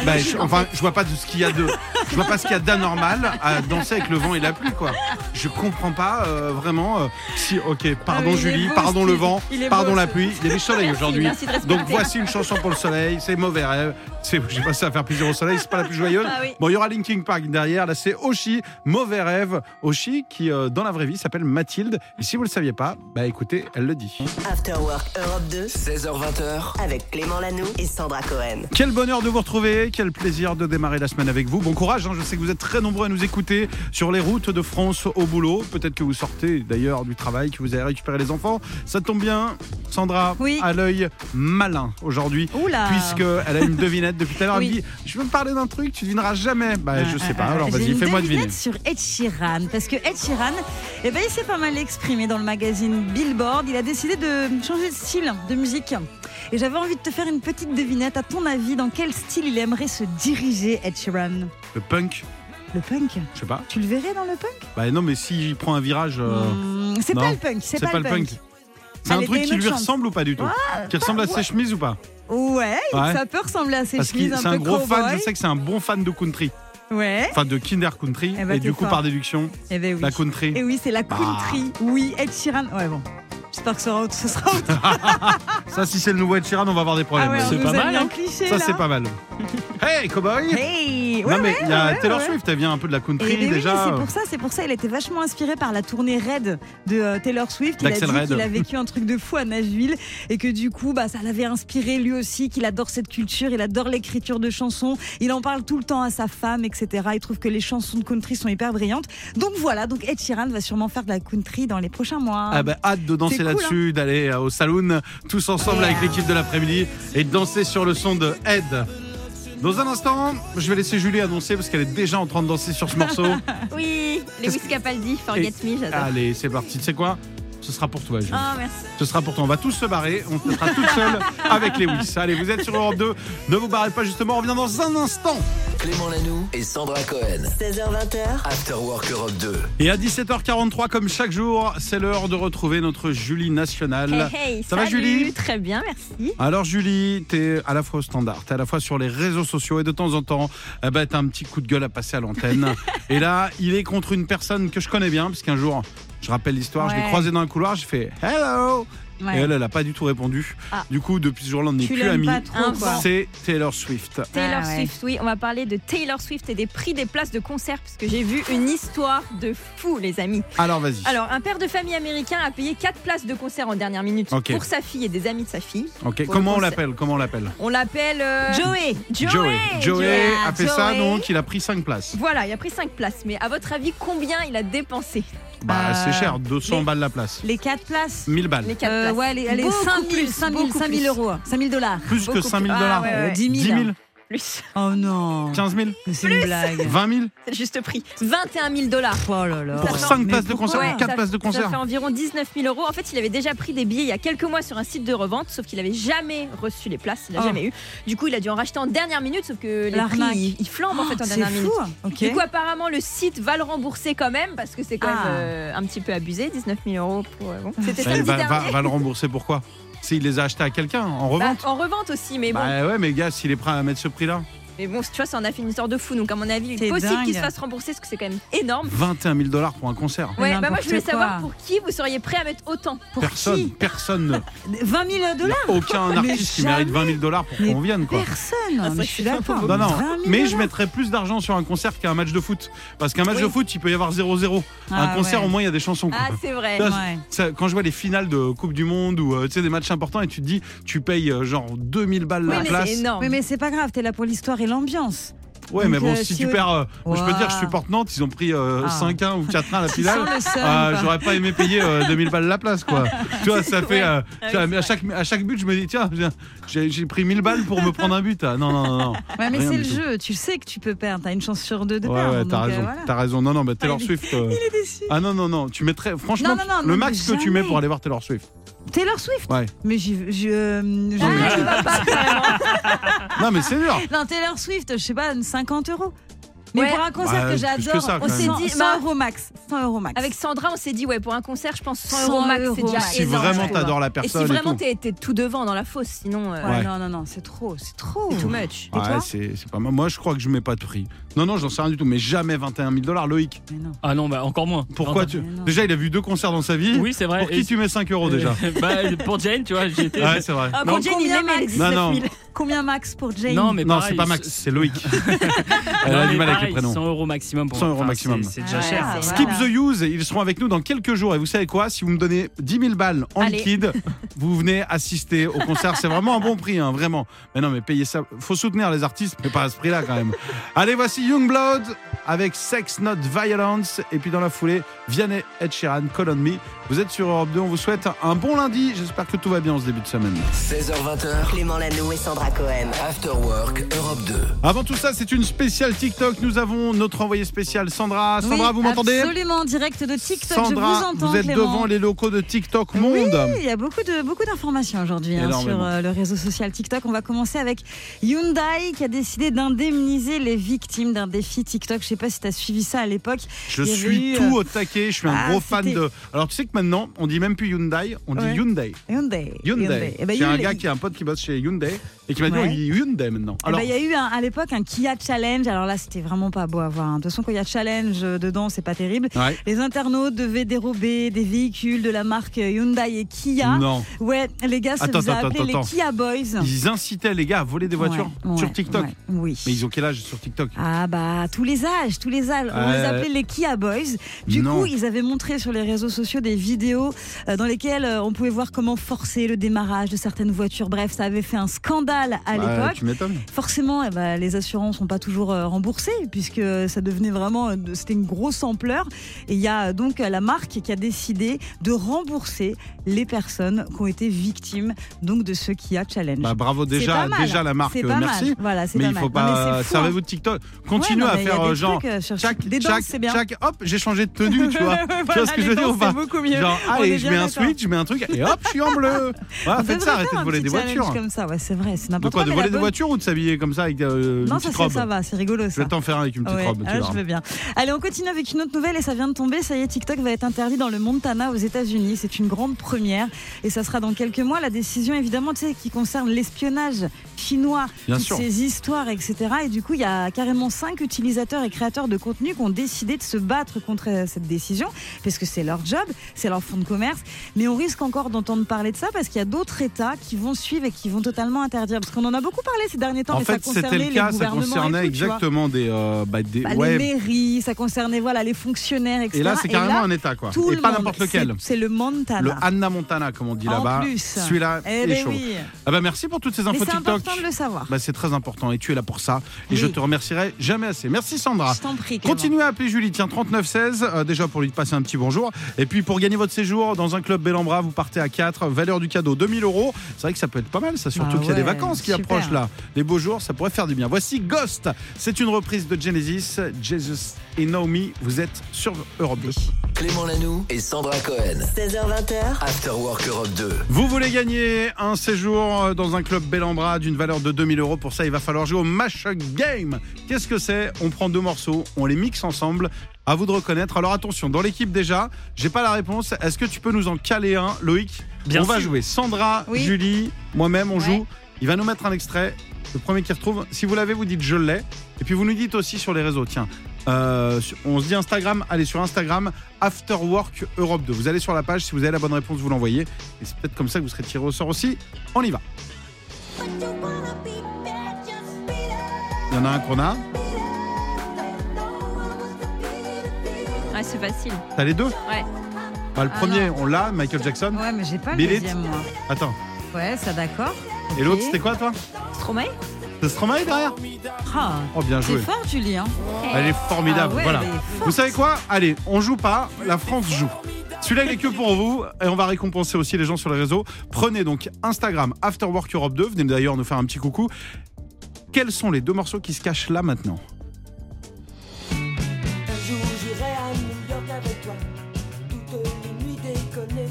S1: Bah, je, Enfin, je vois pas de ce qu'il y a de. Je vois pas ce qu'il y a d'anormal à danser avec le vent et la pluie, quoi. Je comprends pas euh, vraiment. euh, si, ok,
S2: Ah
S1: pardon
S2: oui, il est
S1: Julie,
S2: beau,
S1: pardon
S2: Steve.
S1: le vent,
S2: Il est
S1: pardon
S2: beau,
S1: la
S2: ce-
S1: pluie. Il y a du soleil aujourd'hui.
S3: merci de respecter.
S1: Donc voici une chanson pour le soleil. C'est mauvais rêve. C'est, j'ai passé à faire plaisir au soleil. C'est pas la plus joyeuse.
S3: Ah oui.
S1: Bon, il y aura Linkin Park derrière. Là, c'est Oshi, mauvais rêve. Oshi qui, euh, dans la vraie vie, s'appelle Mathilde. Et si vous le saviez pas, bah écoutez, elle le dit.
S7: After Work Europe 2
S6: 16h20h,
S7: avec Clément Lanoux et Sandra Cohen.
S1: Quel bonheur de vous retrouver, quel plaisir de démarrer la semaine avec vous. Bon courage, hein, je sais que vous êtes très nombreux à nous écouter sur les routes de France au boulot. Peut-être que vous sortez d'ailleurs du travail, que vous avez récupéré les enfants. Ça tombe bien, Sandra
S2: Oui.
S1: à l'œil malin aujourd'hui.
S2: Oula
S1: Puisqu'elle a une devinette depuis tout à l'heure, elle
S2: Ah. Oui. Ah,
S1: dit Je veux me parler d'un truc, tu devineras jamais. Bah, je sais pas, alors
S2: Euh, J'ai
S1: vas-y,
S2: une
S1: fais-moi deviner.
S2: devinette sur Ed Sheeran, parce que Ed Sheeran, eh ben, il s'est pas mal exprimé dans le magazine Billboard. Il a décidé de changer de style de musique. Et j'avais envie de te faire une petite devinette. À ton avis, dans quel style il aimerait se diriger, Ed Sheeran
S1: Le punk,
S2: Le punk
S1: je sais pas.
S2: Tu le verrais dans le punk
S1: Bah non, mais s'il prend un virage. euh,
S2: Hmm, C'est
S1: non.
S2: pas le punk, c'est pas, le punk.
S1: C'est un
S2: Allez,
S1: truc
S2: t'as une
S1: qui lui
S2: autre Ah, chance.
S1: ressemble ou pas du tout Qui ressemble à ses chemises ou pas
S2: Ouais,
S1: Ouais.
S2: ça peut ressembler à ses
S1: Parce que
S2: chemises un
S1: c'est
S2: peu
S1: un gros fan,
S2: cowboy.
S1: je sais que c'est un bon fan de country.
S2: Ouais,
S1: enfin de Kinder Country
S2: Eh ben,
S1: et
S2: t'es
S1: du coup
S2: fort.
S1: par déduction
S2: eh ben oui.
S1: la country. Ah.
S2: Et oui, c'est la country. Oui, Ed Sheeran. Ouais, bon. J'espère que ce sera autre- ce sera autre
S1: Ça si c'est le nouveau Ed Sheeran, on va avoir des problèmes.
S2: Ah ouais,
S4: C'est
S2: on
S4: pas
S2: nous a
S4: mal,
S2: mis un
S4: hein.
S2: cliché,
S1: ça
S2: là.
S1: c'est pas
S2: *laughs*
S1: mal. Hey cowboy.
S2: Hey
S1: non
S2: ouais,
S1: mais
S2: ouais,
S1: il y a
S2: ouais,
S1: Taylor
S2: ouais.
S1: Swift, elle vient un peu de la country
S2: Et ben oui,
S1: déjà.
S2: c'est pour ça, c'est pour ça, il était vachement inspiré par la tournée Red de euh, Taylor Swift. Il a
S1: D'Axel
S2: dit
S1: Red.
S2: qu'il a vécu un truc de fou à Nashville et que du coup, bah, ça l'avait inspiré lui aussi, qu'il adore cette culture, il adore l'écriture de chansons, il en parle tout le temps à sa femme, etc. Il trouve que les chansons de country sont hyper brillantes. Donc voilà, donc Ed Sheeran va sûrement faire de la country dans les prochains
S3: Hein.
S2: mois.
S1: Ah bah, hâte de danser
S2: C'est cool,
S1: là-dessus, d'aller euh, au saloon tous ensemble avec l'équipe de l'après-midi et de danser sur le son de Ed. Dans un instant, je vais laisser Julie annoncer parce qu'elle est déjà en train de danser sur ce
S3: *laughs*
S1: morceau.
S3: Oui, Lewis Capaldi, Forget Me, j'adore.
S1: Allez, c'est Ah, parti. Tu sais quoi Ce sera pour toi, Julie.
S3: Ah, merci.
S1: Ce sera pourtant, on va tous se barrer, on sera toute
S3: *laughs*
S1: seule avec Lewis. Allez, vous êtes sur Europe 2, ne vous barrez pas justement, on revient dans un instant.
S6: Clément Lanoux et Sandra Cohen.
S7: 16h20h,
S6: After Work Europe 2.
S1: Et à 17h43, comme chaque jour, c'est l'heure de retrouver notre Julie nationale.
S3: Hey, hey,
S1: Ça va,
S3: salut,
S1: Julie Ah,
S3: Très bien, merci.
S1: Alors Julie, t'es à la fois au standard, t'es à la fois sur les réseaux sociaux et de temps en temps, eh ben,
S3: *laughs*
S1: t'as un petit coup de gueule à passer à l'antenne. et là, il est contre une personne que je connais bien, parce qu'un jour, Je rappelle l'histoire, je l'ai
S3: Ouais.
S1: croisée dans un couloir, j'ai fait Hello
S2: Ouais.
S1: Et elle, elle n'a pas du tout répondu.
S3: Ah.
S1: Du coup, depuis ce jour-là, on n'est
S2: Tu
S1: plus
S2: l'aimes
S1: amis.
S2: pas trop, quoi.
S1: C'est Taylor Swift.
S3: Taylor
S2: Ah ouais.
S3: Swift, oui, on va parler de Taylor Swift et des prix des places de concert parce que j'ai vu une histoire de fou, les amis.
S1: Alors vas-y.
S3: Alors, un père de famille américain a payé 4 places de concert en dernière minute
S1: Ok.
S3: pour sa fille et des amis de sa fille.
S1: Ok,
S3: pour
S1: Comment
S3: le
S1: on
S3: conseil-
S1: l'appelle Comment on l'appelle
S3: On l'appelle euh,
S2: Joey
S3: Joey.
S1: Joey. Joey a fait ça,
S3: Joey.
S1: donc il a pris 5 places.
S3: Voilà, il a pris 5 places, mais à votre avis, combien il a dépensé
S1: Bah,
S2: Euh,
S1: c'est cher, 200
S2: les-
S1: balles la place.
S2: Les 4 places
S1: 1000 balles.
S3: Les
S2: Euh,
S3: 4 places.
S2: Ouais, allez, allez,
S3: Beaucoup
S2: 5 000,
S3: plus,
S2: 5 000,
S3: beaucoup
S2: 5 000
S3: plus.
S2: euros, 5 000 dollars.
S1: Plus que
S3: beaucoup
S1: 5000
S3: plus. Ah,
S1: dollars.
S3: ouais, ouais.
S2: Euh, 10 000.
S1: 10 000,
S3: Plus, *laughs*
S2: Oh non
S1: 15 000,
S2: Mais C'est
S1: *laughs*
S2: une blague.
S1: 20 000
S3: c'est le juste prix. 21 000 dollars.
S2: Oh là là.
S1: pour
S3: fait-
S1: 5
S2: Mais
S1: places de
S2: pourquoi
S1: concert,
S3: Ouais,
S1: 4
S3: ça-
S1: places de
S3: Ça fait
S1: concert.
S3: environ 19 000 euros. En fait, il avait déjà pris des billets il y a quelques mois sur un site de revente, sauf qu'il avait jamais reçu les places. Il n'a
S2: Oh.
S3: jamais eu. Du coup, il a dû en racheter en dernière minute, sauf que les prix,
S2: L'arnaque.
S3: ils, ils flambent en fait en
S2: C'est
S3: dernière minute.
S2: fou. Ok.
S3: Du coup, apparemment, le site va le rembourser quand même parce que c'est quand même
S2: Ah.
S3: euh, un petit peu abusé, 19 000 euros pour. euh, bon. C'était
S1: Ouais,
S3: samedi
S1: Ah, va, va-
S3: dernier.
S1: va le rembourser pourquoi S'il les a achetés à quelqu'un en
S3: Bah,
S1: revente
S3: en revente aussi, mais bon,
S1: Bah ouais, mais gars, s'il est prêt à mettre ce prix-là.
S3: mais bon, tu vois, ça en a fait une histoire de fou. Donc, à mon avis, il
S2: C'est
S3: est possible qu'il
S2: dingue.
S3: se fasse rembourser parce que c'est quand même énorme.
S1: 21 000 dollars pour un concert.
S2: Mais
S3: Ouais, bah moi, je voulais
S2: n'importe
S3: savoir
S2: quoi.
S3: pour qui vous seriez prêt à mettre autant.
S2: Pour
S1: personne,
S2: qui
S1: personne. ne-
S2: 20 000
S1: Il y a
S2: dollars
S1: Aucun
S2: Mais
S1: artiste qui mérite 20 000 dollars pour
S2: Mais
S1: qu'on vienne, quoi. Ah,
S2: Personne. Mais je suis d'accord.
S1: Non, non,
S2: 20 000
S1: mais je
S2: dollars.
S1: mettrais plus d'argent sur un concert qu'un match de foot. Parce qu'un match
S3: Oui.
S1: de foot, il peut y avoir 0-0.
S2: Ah
S1: un concert,
S2: ouais.
S1: au moins, il y a des chansons. quoi.
S3: Ah, c'est vrai.
S1: Ça,
S2: Ouais.
S1: Ça, quand je vois les finales de Coupe du Monde ou euh, tu sais, des matchs importants et tu te dis, tu payes euh, genre 2000 balles
S3: Oui,
S1: la
S3: mais
S1: place.
S3: c'est énorme.
S2: Oui, mais c'est pas grave, t'es là pour l'histoire et l'ambiance.
S1: Ouais, mais
S2: Donc,
S1: bon,
S2: euh,
S1: si
S2: si
S1: tu
S2: on-
S1: perds. euh, moi, je peux te dire que je
S2: Ouah.
S1: supporte Nantes, ils ont pris euh,
S2: Ah.
S1: 5-1 ou 4-1
S2: *laughs*
S1: à la
S2: Tu sens
S1: finale.
S2: le seum,
S1: Euh,
S2: quoi.
S1: J'aurais pas aimé payer euh, 2000 balles la place,
S2: *laughs*
S1: quoi. Tu vois, ça fait. euh,
S3: Ah oui,
S1: tu vois,
S3: c'est
S1: à,
S3: vrai.
S1: chaque, à chaque but, je me dis, tiens, j'ai- j'ai j'ai pris 1000 balles pour me prendre un but. Ah, non, non, non, non.
S2: Ouais, mais
S1: Rien
S2: c'est
S1: du
S2: le
S1: tout.
S2: jeu, tu sais que tu peux perdre, t'as une chance sur deux de
S1: Ouais,
S2: perdre.
S1: ouais,
S2: donc,
S1: t'as
S2: euh,
S1: raison,
S2: voilà.
S1: t'as raison. Non, non, mais Taylor
S2: il est- *laughs*
S1: Swift. euh,
S2: Il est déçu.
S1: Ah non, non, non, tu mettrais. Franchement,
S2: Non, non, non,
S1: le
S2: non,
S1: max
S2: mais
S1: que tu mets
S2: jamais.
S1: pour aller voir Taylor Swift.
S2: Taylor Swift *laughs*
S1: Ouais.
S2: Mais j'y- je. euh, je-
S3: Ah, tu vas pas, carrément.
S1: Non, mais c'est dur.
S2: Non, Taylor Swift, je sais pas, 50 euros. Mais
S3: Ouais.
S2: pour un concert
S1: Bah,
S2: que
S1: plus que
S2: j'adore,
S1: ça, quand
S2: on s'est
S3: même.
S2: dit 100
S3: Bah,
S2: euros max. 100 euros max.
S3: Avec Sandra, on s'est dit, ouais, pour un concert, je pense 100
S2: 100
S3: euros max, c'est
S2: euros.
S3: déjà
S1: Si
S3: énorme.
S1: vraiment
S3: je
S1: t'adores
S3: trouve.
S1: la
S3: Et si
S1: personne. et
S3: vraiment
S1: tout.
S3: t'es t'es tout devant dans la fosse, sinon. euh,
S2: Ouais,
S1: Ouais.
S2: Non, non, non, c'est trop, c'est trop.
S3: Too much.
S2: Et toi
S1: Ouais, c'est c'est pas mal. Moi, je crois que je mets pas de prix. Non, non, j'en sais rien du tout, mais jamais 21 000 dollars, Loïc.
S2: Mais non.
S4: Ah non, bah encore moins.
S1: Pourquoi
S4: Vingt-
S1: tu.
S2: mais non.
S1: Déjà, il a vu deux concerts dans sa vie.
S4: Oui, c'est vrai.
S1: Pour qui
S4: Et-
S1: tu mets 5
S4: *laughs*
S1: euros déjà
S4: Bah, pour Jane, tu vois, j'étais.
S1: Ouais, c'est vrai.
S3: Ah,
S2: Non.
S3: pour Jane, il
S2: Combien,
S3: aimait les
S2: Max
S3: 19
S1: Non,
S3: 000.
S1: non.
S2: Combien max pour Jane
S4: Non, mais
S1: Non,
S4: pareil,
S1: c'est pas
S4: ce-
S1: Max, c'est Loïc. *laughs*
S4: *laughs*
S1: Elle
S4: Non,
S1: a
S4: mais
S1: du mal avec les
S4: pareil,
S1: prénoms.
S4: 100 euros maximum pour
S1: 100 euros
S4: enfin,
S1: maximum.
S4: c'est- C'est déjà
S2: Ah,
S4: cher.
S2: voilà.
S1: Skip the use, et ils seront avec nous dans quelques jours. Et vous savez quoi Si vous me donnez 10 000 balles en
S3: Allez.
S1: liquide, vous venez assister au concert. C'est vraiment un bon prix, hein, vraiment. Mais non, mais payez ça. Faut soutenir les artistes, mais pas à ce prix-là quand même. Allez, voici Youngblood avec Sex Not Violence. Et puis dans la foulée, Vianney, Ed Sheeran, Call on Me. Vous êtes sur Europe 2. On vous souhaite un bon lundi. J'espère que tout va bien en ce début de semaine.
S6: 16h20h,
S7: Clément Lano et Sandra Cohen.
S6: After Work Europe 2.
S1: Avant tout ça, c'est une spéciale TikTok. Nous avons notre envoyé spécial Sandra. Sandra,
S2: Oui,
S1: vous m'entendez
S2: Absolument, en direct de TikTok,
S1: Sandra,
S2: je vous entends.
S1: êtes
S2: Clément.
S1: devant les locaux de TikTok
S2: Oui,
S1: Monde.
S2: Il y a beaucoup de beaucoup d'informations aujourd'hui hein, sur
S1: Énormément.
S2: euh, le réseau social TikTok. On va commencer avec Hyundai qui a décidé d'indemniser les victimes d'un défi TikTok. Je sais pas si tu as suivi ça à l'époque.
S1: Je
S2: Il y avait
S1: suis
S2: eu,
S1: tout
S2: euh,
S1: au taquet, je suis un
S2: ah,
S1: gros fan
S2: c'était-
S1: de. Alors tu sais que maintenant, on dit même plus Hyundai, on dit
S2: Ouais.
S1: Hyundai.
S2: Hyundai.
S1: Hyundai.
S2: Eh ben,
S1: J'ai un
S2: Hyundai-
S1: gars qui a un pote qui bosse chez Hyundai et qui m'a dit
S2: Ouais.
S1: on dit Hyundai maintenant.
S2: Eh ben,
S1: Alors,
S2: il y a eu un- à l'époque un Kia Challenge. Alors là, c'était vraiment pas beau à voir. hein. De toute façon, quand il y a Challenge euh, dedans, c'est pas terrible.
S1: ouais.
S2: Les internautes devaient dérober des véhicules de la marque Hyundai et Kia.
S1: non,
S2: Ouais, les gars se
S1: Attends,
S2: faisaient
S1: attends,
S2: appeler les
S1: attends.
S2: Kia Boys.
S1: ils incitaient les gars à voler des voitures
S2: Ouais,
S1: sur
S2: ouais,
S1: TikTok.
S2: ouais, oui.
S1: Mais ils ont quel âge sur TikTok
S2: Ah bah tous les âges, tous les âges. On
S1: Ouais.
S2: les appelait les Kia Boys. Du
S1: Non.
S2: coup, ils avaient montré sur les réseaux sociaux des vidéos euh, dans lesquelles euh, on pouvait voir comment forcer le démarrage de certaines voitures. Bref, ça avait fait un scandale à
S1: Bah,
S2: l'époque.
S1: Tu m'étonnes.
S2: Forcément, eh ben, les assurances sont pas toujours euh, remboursées puisque ça devenait vraiment, euh, de- c'était une grosse ampleur. Et il y a euh, donc euh, la marque qui a décidé de rembourser les personnes qui ont été victimes donc de ce Kia Challenge.
S1: Bah, bravo
S2: C'est
S1: déjà,
S2: pas mal.
S1: déjà la marque,
S2: C'est
S1: euh,
S2: pas mal.
S1: merci.
S2: Voilà, c'est
S1: Mais
S2: pas
S1: il
S2: mal.
S1: faut
S2: Non, mais
S1: pas.
S2: c'est fou, hein.
S1: Servez-vous de TikTok. Continuez
S2: Ouais, non,
S1: à
S2: mais il y a
S1: faire
S2: des
S1: euh, genre.
S2: trucs, euh, sur-
S1: Tchac,
S2: des danses,
S1: tchac,
S2: c'est bien.
S1: tchac, hop, j'ai changé de tenue, tu
S2: *laughs*
S1: vois. tu vois ce que je veux dire ou pas
S2: beaucoup mieux.
S1: Genre,
S2: On est
S1: allez, je
S2: bien
S1: mets un
S2: d'accord.
S1: switch, je mets un truc, et hop, je suis en bleu. Voilà,
S2: On
S1: faites
S2: devrait
S1: ça,
S2: faire
S1: arrêtez
S2: un
S1: de voler
S2: petit
S1: des
S2: challenge
S1: voitures.
S2: comme ça, ouais, c'est vrai, c'est c'est n'importe
S1: De quoi
S2: quoi.
S1: De
S2: mais
S1: voler
S2: la
S1: des
S2: bonne-
S1: voitures ou de s'habiller comme ça avec euh, une
S2: Non, ça,
S1: petite
S2: c'est-
S1: robe
S2: ça va, c'est rigolo
S1: Je
S2: ça.
S1: vais t'en faire un avec une petite
S2: Ouais,
S1: robe, tu
S2: ah,
S1: verras.
S2: je veux bien. Allez, on continue avec une autre nouvelle et ça vient de tomber. Ça y est, TikTok va être interdit dans le Montana aux États-Unis. C'est une grande première et ça sera dans quelques mois. La décision, évidemment, tu sais, qui concerne l'espionnage chinois,
S1: Bien
S2: toutes
S1: sûr.
S2: ces histoires, etc. Et du coup, il y a carrément cinq utilisateurs et créateurs de contenu qui ont décidé de se battre contre euh, cette décision parce que c'est leur job, c'est leur fonds de commerce. Mais on risque encore d'entendre parler de ça parce qu'il y a d'autres États qui vont suivre et qui vont totalement interdire. Parce qu'on en a beaucoup parlé ces derniers temps,
S1: En
S2: mais ça
S1: fait, c'était
S2: concernait
S1: le cas, ça
S2: les gouvernements et
S1: concernait
S2: tout, tu vois.
S1: exactement des. euh, bah, des
S2: Bah,
S1: ouais.
S2: les mairies, ça concernait voilà les fonctionnaires, etc.
S1: Et là, c'est carrément
S2: là,
S1: un état, quoi.
S2: tout
S1: Et
S2: le
S1: pas
S2: monde.
S1: n'importe
S2: C'est-
S1: lequel.
S2: C'est le Montana.
S1: Le Anna Montana, comme on dit
S2: En
S1: là-bas.
S2: plus.
S1: Celui-là
S2: Eh
S1: est
S2: ben
S1: chaud.
S2: oui.
S1: Ah bah, merci pour toutes ces
S2: Mais
S1: infos
S2: c'est
S1: TikTok.
S2: important de le savoir.
S1: Bah, c'est très important et tu es là pour ça. Et
S2: Oui.
S1: je te remercierai jamais assez. Merci Sandra.
S2: Je t'en prie. Clément.
S1: Continuez à appeler Julie, tiens, 3916, euh, déjà pour lui passer un petit bonjour. Et puis pour gagner votre séjour dans un club Bellambra, vous partez à 4, valeur du cadeau 2000 euros. C'est vrai que ça peut être pas mal, ça, surtout
S2: Bah
S1: qu'il y a des
S2: ouais,
S1: vacances qui
S2: super.
S1: approchent là. Les beaux jours, ça pourrait faire du bien. Voici Ghost, c'est une reprise de Genesis, Jesus et Naomi, vous êtes sur Europe 2.
S6: Clément Lanoux et Sandra Cohen.
S7: 16h20h,
S6: After Work Europe 2.
S1: Vous voulez gagner un séjour euh, dans un club Bellambra d'une valeur de 2000 euros. Pour ça, il va falloir jouer au Mash Game. Qu'est-ce que c'est On prend deux morceaux, on les mixe ensemble. À vous de reconnaître. Alors attention, dans l'équipe déjà, j'ai pas la réponse. Est-ce que tu peux nous en caler un, Loïc
S4: Bien
S1: On
S4: sûr.
S1: va jouer. Sandra,
S3: Oui.
S1: Julie, moi-même, on
S3: Ouais.
S1: joue. Il va nous mettre un extrait. Le premier qui retrouve, si vous l'avez, vous dites je l'ai. Et puis vous nous dites aussi sur les réseaux. Tiens, euh, sur- on se dit Instagram. Allez sur Instagram, After Work Europe 2. Vous allez sur la page. Si vous avez la bonne réponse, vous l'envoyez. Et c'est peut-être comme ça que vous serez tiré au sort aussi. On y va. Il y en a un qu'on a.
S3: Ouais, c'est facile.
S1: T'as les deux
S3: Ouais.
S1: Bah, le
S2: Ah
S1: premier, on l'a, Michael Jackson.
S2: Ouais, mais j'ai pas le
S1: Bill It.
S2: deuxième moi.
S1: Attends.
S2: Ouais, ça d'accord.
S1: Et l'autre, c'était quoi, toi
S3: Stromae
S1: C'est Stromae derrière
S2: Ah,
S1: Oh, bien
S2: c'est
S1: joué.
S2: fort, Julien.
S1: Elle est formidable.
S2: Ah ouais,
S1: voilà.
S2: elle est
S1: Vous savez quoi Allez, on joue pas, la France joue. Celui-là, il est que pour vous et on va récompenser aussi les gens sur les réseaux. Prenez donc Instagram Afterwork Europe 2. Venez d'ailleurs nous faire un petit coucou. Quels sont les deux morceaux qui se cachent là maintenant
S7: Un jour j'irai à New York avec toi, toutes les nuits déconner.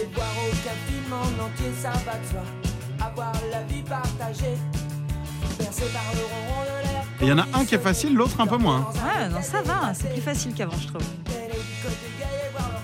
S7: Et voir aucun film en entier, ça va de soi. Avoir la vie partagée, percé par le ronron de l'air.
S1: Et il y en a un qui est facile, l'autre un peu moins.
S2: Ouais, non, ça va. C'est plus facile qu'avant, je trouve. *laughs*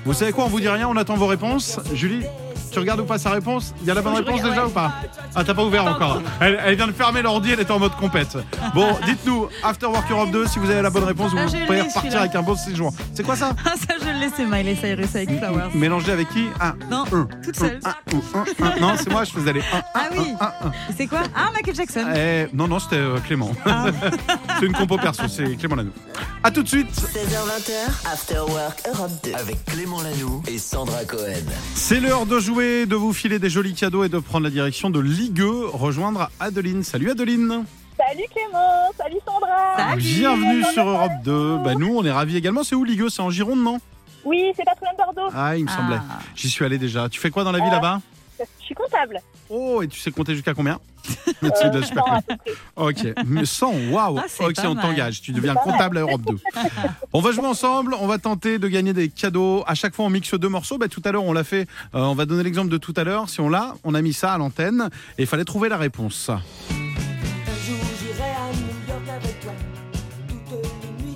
S1: Vous savez quoi On vous dit rien, on attend vos réponses. Julie, tu regardes ou pas sa réponse Il y a la bonne
S3: Je
S1: réponse
S3: regarde,
S1: déjà
S3: ouais.
S1: ou pas Ah, t'as pas ouvert encore. Elle, elle vient de fermer l'ordi, elle est en mode compète. Bon, dites-nous, Afterwork Europe 2, si vous avez la bonne réponse, vous
S2: Ah, je
S1: pouvez
S2: l'ai,
S1: repartir
S2: celui-là.
S1: avec un bon séjour. C'est quoi ça
S2: Ah, ça, je le laisse, c'est Miley Cyrus avec Flowers.
S1: Mélangé avec qui Un,
S2: Non,
S1: un,
S2: toute
S1: un,
S2: seule.
S1: un, un, un, un. Non, c'est moi, je faisais les un,
S2: Ah oui.
S1: un, un,
S2: Et C'est quoi Ah, Michael
S1: un.
S2: Jackson.
S1: Eh, non, non, c'était euh, Clément.
S2: Ah.
S1: *laughs* c'est une compo perso, c'est Clément Lanoux. À tout de suite.
S7: 16h20h, After Work Europe 2.
S6: Avec Clément Lanoux et Sandra Cohen.
S1: C'est l'heure de jouer, de vous filer des jolis cadeaux et de prendre la direction de Ligueux, rejoindre Adeline. Salut Adeline.
S10: Salut Clément, salut Sandra.
S2: Salut.
S1: Bienvenue sur Europe 2. Bah, nous, on est ravis également. C'est où Ligueux C'est en Gironde, non
S10: Oui, c'est Patrimoine Bordeaux. Euh,
S1: Ah, il me semblait.
S2: Ah.
S1: J'y suis allé déjà. Tu fais quoi dans la vie là-bas
S10: Je suis comptable.
S1: Oh, et tu sais compter jusqu'à combien *laughs*
S10: Euh,
S1: Tu l'as super
S10: non,
S1: bien.
S10: à peu près.
S1: Ok, mais 100, waouh
S2: Ah, c'est
S1: Ok,
S2: pas
S1: on
S2: mal.
S1: t'engage, tu deviens comptable à Europe 2. on va jouer ensemble, on va tenter de gagner des cadeaux. À chaque fois, on mixe deux morceaux. Bah, tout à l'heure, on l'a fait, euh, on va donner l'exemple de tout à l'heure. Si on l'a, on a mis ça à l'antenne et il fallait trouver la réponse.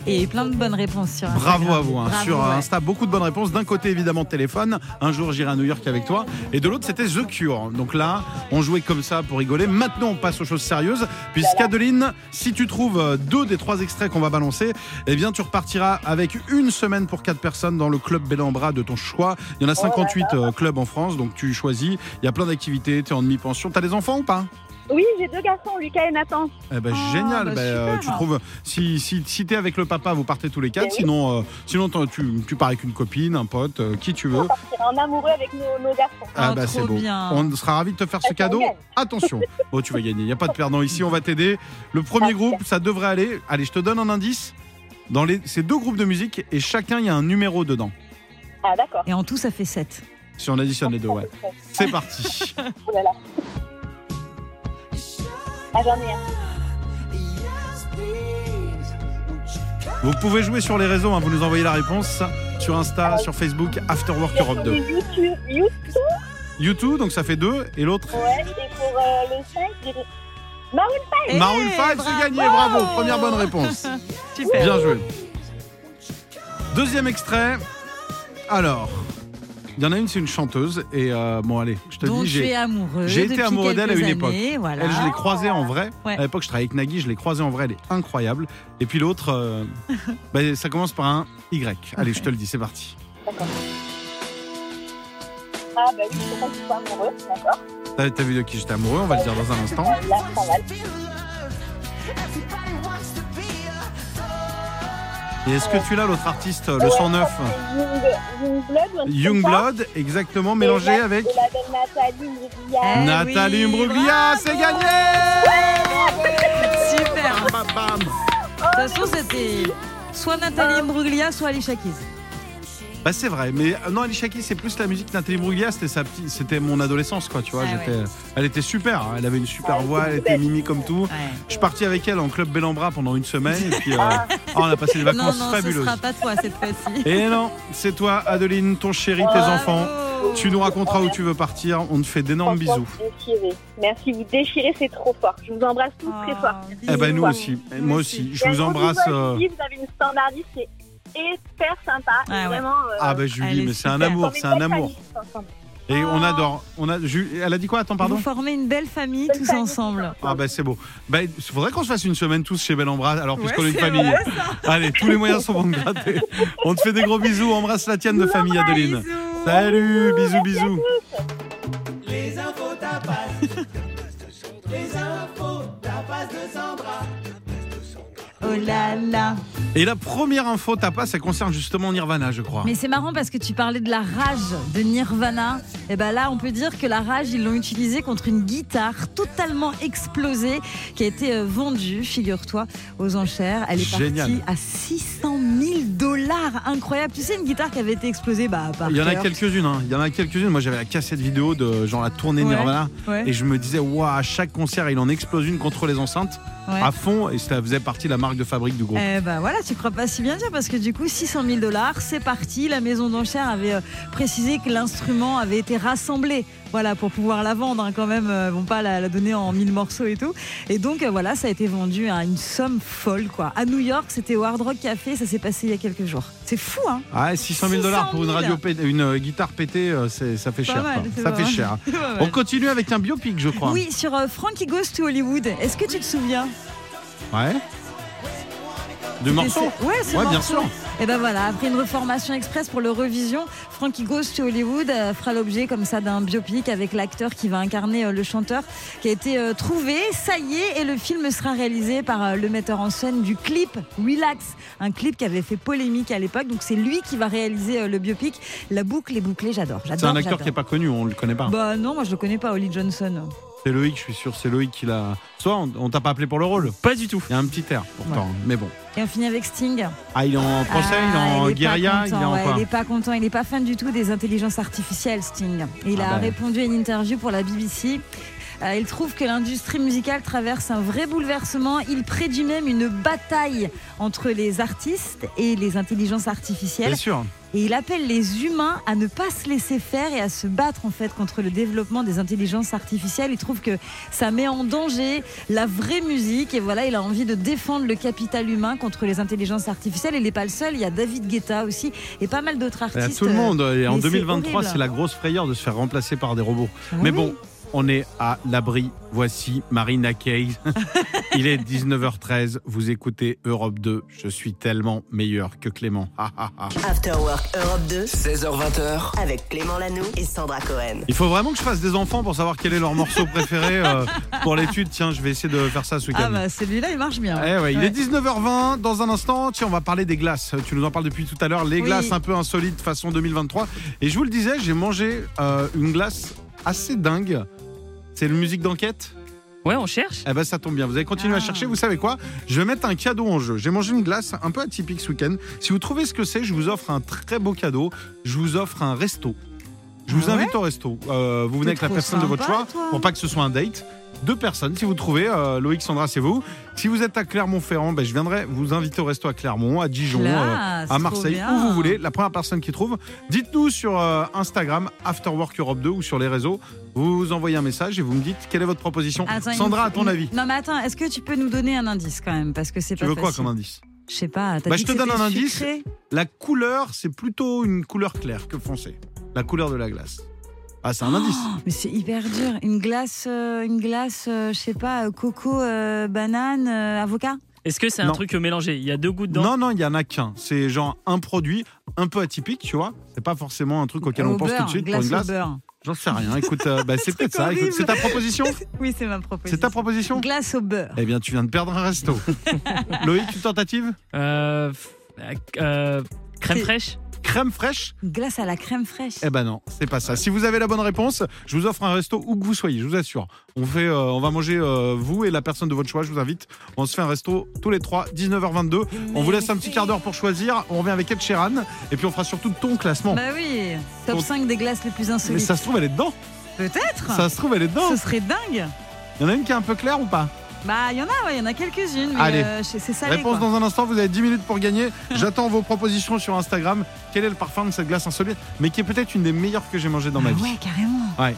S2: Et plein de bonnes réponses sur Instagram.
S1: Bravo à vous, hein.
S2: Bravo,
S1: sur
S2: ouais.
S1: Insta, beaucoup de bonnes réponses. D'un côté, évidemment, téléphone, un jour j'irai à New York avec toi, et de l'autre, c'était The Cure. Donc là, on jouait comme ça pour rigoler. Maintenant, on passe aux choses sérieuses, puisqu'Adeline, si tu trouves euh, deux des trois extraits qu'on va balancer, eh bien, tu repartiras avec une semaine pour quatre personnes dans le club Bellambra de ton choix. Il y en a 58 euh, clubs en France, donc tu choisis. Il y a plein d'activités, tu es en demi-pension. T'as des enfants ou pas
S10: Oui, j'ai deux garçons, Lucas et Nathan.
S1: eh ben,
S2: Ah,
S1: génial.
S2: bah,
S1: Ben, euh, tu
S2: super.
S1: trouves si si, si t'es avec le papa, vous partez tous les quatre.
S10: Eh oui.
S1: Sinon, euh, sinon t'en- tu, tu pars avec une copine, un pote, euh, qui tu veux.
S10: On partira en amoureux avec nos, nos garçons.
S1: Ah
S2: Oh,
S1: bah
S2: trop
S1: c'est beau.
S2: bien.
S1: On sera ravis de te faire ce
S10: Ah,
S1: cadeau.
S10: génial.
S1: Attention, bon tu vas gagner. Il y a pas de perdant ici. On va t'aider. Le premier
S10: Parfait.
S1: groupe, ça devrait aller. Allez, je te donne un indice. Dans les, ces deux groupes de musique et chacun il y a un numéro dedans.
S10: Ah d'accord.
S2: Et en tout, ça fait 7.
S1: Si on additionne les deux, ouais. C'est parti.
S10: Oh là là. Ah j'en ai un.
S1: Vous pouvez jouer sur les réseaux. hein. Vous
S10: Ah
S1: nous envoyez la réponse sur Insta, sur Facebook, Afterwork Europe 2.
S10: YouTube, YouTube
S1: U2, donc ça fait 2. Et l'autre
S10: Ouais, et pour euh, le 5, je dirais. Maroon
S2: Eh,
S10: 5
S1: Eh, Maroon 5, c'est gagné, bravo Première bonne réponse.
S10: Super.
S1: Bien joué. Deuxième extrait. Alors, il y en a une, c'est une chanteuse. Et euh, bon, allez, je te
S2: dont
S1: dis,
S2: tu es
S1: j'ai.
S2: amoureux.
S1: J'ai été
S2: depuis
S1: amoureux d'elle à une
S2: quelques
S1: époque.
S2: années, voilà.
S1: Elle, je l'ai croisée en vrai.
S2: Ouais.
S1: À l'époque, je travaillais avec Nagui, je l'ai croisée en vrai, elle est incroyable. Et puis l'autre, euh, bah, ça commence par un Y. Allez, je te le dis, c'est parti.
S10: Ah, bah oui, je sais pas si tu es amoureux, d'accord.
S1: T'as t'as vu de qui j'étais amoureux, on va le dire dans un instant.
S10: Euh, Là, pas mal.
S1: Et est-ce que tu l'as, l'autre artiste, le
S10: Ouais,
S1: 109
S10: Young- Youngblood ou un truc comme ça.
S1: Youngblood, exactement, mélangé
S10: Et la-
S1: avec
S10: Et la belle Nathalie
S1: Ah.
S2: Eh
S10: Bruglia.
S1: Nathalie Imbruglia, c'est gagné
S2: Super.
S1: Bam, bam, bam.
S2: De toute façon, c'était soit Nathalie Imbruglia, soit Alicia Keys.
S1: Bah c'est vrai, mais euh, non, Alicia Keys, c'est plus la musique Nathalie Bruglia, c'était sa petite, c'était mon adolescence, quoi, tu vois.
S2: Ah ouais.
S1: j'étais, euh, Elle était super, hein, elle avait une super
S10: Ouais,
S1: voix, elle
S10: c'était
S1: était mimi comme tout. Je suis parti avec elle en club Bellambra pendant une semaine, et puis euh, ah, on a passé des
S2: Non,
S1: vacances
S2: non, ce
S1: fabuleuses.
S2: sera pas toi cette fois-ci.
S1: Et non, c'est toi, Adeline, ton chéri, tes
S2: Bravo.
S1: enfants. Tu nous raconteras où tu veux partir, on te fait d'énormes
S10: Franchement,
S1: bisous.
S10: vous déchirez. Merci, vous déchirez, c'est trop fort. Je vous embrasse tous très
S2: Ah.
S10: fort.
S1: Eh ben nous
S2: hein.
S10: Bisous.
S1: aussi, Et moi aussi, je
S10: Et un
S1: vous
S10: gros
S1: embrasse.
S10: bisou à
S1: euh,
S10: Julie, Vous avez une standardiste, c'est hyper sympa.
S2: Ah ouais.
S10: et Vraiment. euh,
S1: Ah bah
S2: Elle
S1: Julie,
S2: est
S1: mais c'est un
S2: super.
S10: on
S1: amour,
S10: est
S1: c'est un
S10: belle
S1: amour.
S10: famille, ensemble.
S1: Et on adore. On a, Ju- elle a dit quoi Attends,
S2: Pardon
S1: pardon
S2: Vous formez une belle famille
S10: Belle
S2: tous
S10: famille,
S2: ensemble.
S1: Ah bah c'est beau. Bah, il faudrait qu'on se fasse une semaine tous chez Bellambra, alors
S2: Ouais,
S1: puisqu'on est une
S2: c'est
S1: famille. *laughs* Allez, tous les moyens sont bons de gratter. On te fait des gros bisous, embrasse la tienne de famille Adeline. Salut, bisous, bisous.
S7: Les infos tapas. Les infos tapas de Sandra.
S2: Oh là là.
S1: Et la première info tapas, ça concerne justement Nirvana, je crois.
S2: Mais c'est marrant parce que tu parlais de la rage de Nirvana. Et ben là, on peut dire que la rage, ils l'ont utilisée contre une guitare totalement explosée qui a été euh, vendue, figure-toi, aux enchères. Elle est
S1: Génial.
S2: partie à 600 000 dollars. Incroyable. Tu sais, une guitare qui avait été explosée, bah, par
S1: Il y en a
S2: cœur.
S1: quelques-unes, hein. il y en a quelques-unes. Moi j'avais la cassette vidéo de genre la tournée
S2: Ouais.
S1: Nirvana
S2: Ouais.
S1: et je me disais, waouh, à chaque concert il en explose une contre les enceintes
S2: Ouais.
S1: à fond et ça faisait partie de la marque de fabrique du groupe.
S2: Eh ben voilà, tu crois pas si bien dire parce que du coup 600 000 dollars, c'est parti. La maison d'enchères avait euh, précisé que l'instrument avait été rassemblé, voilà, pour pouvoir la vendre hein, quand même. euh, vont pas la, la donner en mille morceaux et tout. Et donc euh, voilà, ça a été vendu à une somme folle quoi. À New York, c'était au Hard Rock Café, ça s'est passé il y a quelques jours. C'est fou hein.
S1: Ah, 600 000 dollars pour une,
S2: 600 000.
S1: radio pét- une euh, guitare pétée, euh, c'est- ça fait
S2: Pas
S1: cher.
S2: mal,
S1: quoi.
S2: c'est
S1: ça
S2: pas
S1: fait
S2: mal.
S1: cher.
S2: Pas mal.
S1: On continue avec un biopic, je crois.
S2: Oui, sur euh, Frankie Goes to Hollywood. Est-ce que tu te souviens
S1: Ouais. Du morceau
S2: Ouais, c'est
S1: Ouais,
S2: le
S1: bien
S2: morceau.
S1: sûr.
S2: Et ben voilà, après une reformation express pour l'Eurovision, Frankie Goes to Hollywood euh, fera l'objet comme ça d'un biopic avec l'acteur qui va incarner euh, le chanteur qui a été euh, trouvé. Ça y est, et le film sera réalisé par euh, le metteur en scène du clip Relax, un clip qui avait fait polémique à l'époque. Donc c'est lui qui va réaliser euh, le biopic. La boucle est bouclée, j'adore.
S1: C'est
S2: j'adore,
S1: un acteur qui n'est
S2: j'adore.
S1: pas connu, on le connaît pas.
S2: Bah non, moi je le connais pas, Holly Johnson.
S1: C'est Loïc, je suis sûr, c'est Loïc qui l'a. Soit on, on t'a pas appelé pour le rôle.
S4: Pas du tout.
S1: Il y a un petit air pourtant, mais bon.
S2: Et on finit avec Sting.
S1: Ah, il est en procès, il est
S2: Ah,
S1: en
S2: il est pas
S1: guérilla, il est
S2: content,
S1: en
S2: ouais,
S1: quoi
S2: il est pas content, il n'est pas fan du tout des intelligences artificielles, Sting. Il
S1: Ah
S2: a
S1: bah.
S2: répondu à une interview pour la BBC. Euh, il trouve que l'industrie musicale traverse un vrai bouleversement. Il prédit même une bataille entre les artistes et les intelligences artificielles.
S1: Bien sûr.
S2: Et il appelle les humains à ne pas se laisser faire et à se battre en fait contre le développement des intelligences artificielles. Il trouve que ça met en danger la vraie musique et voilà, il a envie de défendre le capital humain contre les intelligences artificielles. Il n'est pas le seul, il y a David Guetta aussi et pas mal d'autres
S1: Il y a
S2: artistes.
S1: tout le monde. Et en
S2: mais c'est
S1: 2023,
S2: horrible.
S1: c'est la grosse frayeur de se faire remplacer par des robots.
S2: Euh, Oui.
S1: Mais bon, on est à l'abri. Voici Marina
S2: *laughs*
S1: Cage. Il est 19h13. Vous écoutez Europe 2. Je suis tellement meilleur que Clément. Ah, ah, ah.
S11: After Work Europe 2
S6: 16h20h,
S11: avec Clément Lanoux et Sandra Cohen.
S1: Il faut vraiment que je fasse des enfants pour savoir quel est leur morceau préféré euh, pour l'étude. Tiens, je vais essayer de faire ça ce week-end.
S2: Ah bah celui-là il marche bien.
S1: Eh ouais, Il
S2: Ouais.
S1: est 19h20, dans un instant, tiens, on va parler des glaces. Tu nous en parles depuis tout à l'heure, les
S2: Oui.
S1: glaces un peu insolites façon 2023. Et je vous le disais, j'ai mangé euh, une glace assez dingue. C'est une musique d'enquête
S4: Ouais, on cherche.
S1: Eh ben ça tombe bien, vous allez continuer à
S2: Ah.
S1: chercher, vous savez quoi Je vais mettre un cadeau en jeu. J'ai mangé une glace un peu atypique ce week-end. Si vous trouvez ce que c'est, je vous offre un très beau cadeau. Je vous offre un resto. Je vous
S2: Ah ouais
S1: invite au resto. Euh, vous venez avec la
S2: trop
S1: personne de votre
S2: sympa,
S1: choix
S2: toi.
S1: pour pas que ce soit un date. deux personnes. Si vous trouvez, euh, Loïc, Sandra, c'est vous. Si vous êtes à Clermont-Ferrand, ben, je viendrai vous inviter au resto à Clermont, à Dijon,
S2: Classe,
S1: euh, à Marseille,
S2: Ah, trop bien.
S1: où vous voulez. La première personne qui trouve, dites-nous sur euh, Instagram, Afterwork Europe 2 ou sur les réseaux. Vous envoyez un message et vous me dites quelle est votre proposition.
S2: Attends, il
S1: Sandra,
S2: nous-
S1: à ton avis,
S2: Non, mais attends, est-ce que tu peux nous donner un indice quand même Parce que c'est
S1: tu
S2: pas
S1: veux quoi
S2: facile.
S1: comme indice
S2: Je sais pas. t'as
S1: Bah,
S2: dit
S1: je te
S2: que
S1: donne un
S2: c'était
S1: indice.
S2: sucré.
S1: La couleur, c'est plutôt une couleur claire que foncée. La couleur de la glace. Ah, c'est un indice.
S2: Oh, mais c'est hyper dur. Une glace, euh, une glace, euh, je sais pas, euh, coco, euh, banane, euh, avocat.
S4: Est-ce que c'est un
S1: Non.
S4: truc mélangé Il y a deux gouttes dedans.
S1: Non, non, il n'y en a qu'un. C'est genre un produit un peu atypique, tu vois. C'est pas forcément un truc auquel
S2: Au
S1: on pense
S2: beurre,
S1: tout de suite
S2: glace
S1: pour une
S2: au
S1: glace.
S2: beurre.
S1: J'en sais rien. Écoute, euh,
S2: *laughs*
S1: bah, c'est peut-être ça.
S2: horrible.
S1: Écoute, C'est ta
S2: *laughs*
S1: proposition
S2: Oui, c'est ma proposition.
S1: C'est ta proposition
S2: Glace au beurre.
S1: Eh bien, tu viens de perdre un
S2: *laughs*
S1: resto. Loïc, une tentative
S4: Euh, f- euh, crème
S2: C'est-
S4: fraîche
S1: Crème fraîche
S2: Glace à la crème fraîche.
S1: Eh ben non, c'est pas ça. Si vous avez la bonne réponse, je vous offre un resto où que vous soyez, je vous assure. On, fait, euh, on va manger euh, vous et la personne de votre choix, je vous invite. On se fait un resto tous les trois, 19h22. On vous laisse un petit quart d'heure pour choisir. On revient avec Ed Sheeran et puis on fera surtout ton classement.
S2: Bah oui, top
S1: Ton-
S2: 5 des glaces les plus
S1: Mais
S2: insolites.
S1: ça se trouve, elle est dedans.
S2: Peut-être
S1: Ça se trouve, elle est dedans.
S2: Ce serait dingue
S1: Il y en a une qui est un peu claire ou pas
S2: Bah, il y en a, il y en a quelques-unes, mais
S1: Allez.
S2: euh, c'est c'est salé.
S1: Réponse
S2: quoi.
S1: dans un instant, vous avez 10 minutes pour gagner.
S2: *laughs*
S1: J'attends vos propositions sur Instagram. Quel est le parfum de cette glace insolite Mais qui est peut-être une des meilleures que j'ai mangées dans ma vie.
S2: Ah Ouais, Oh. carrément.
S1: Ouais.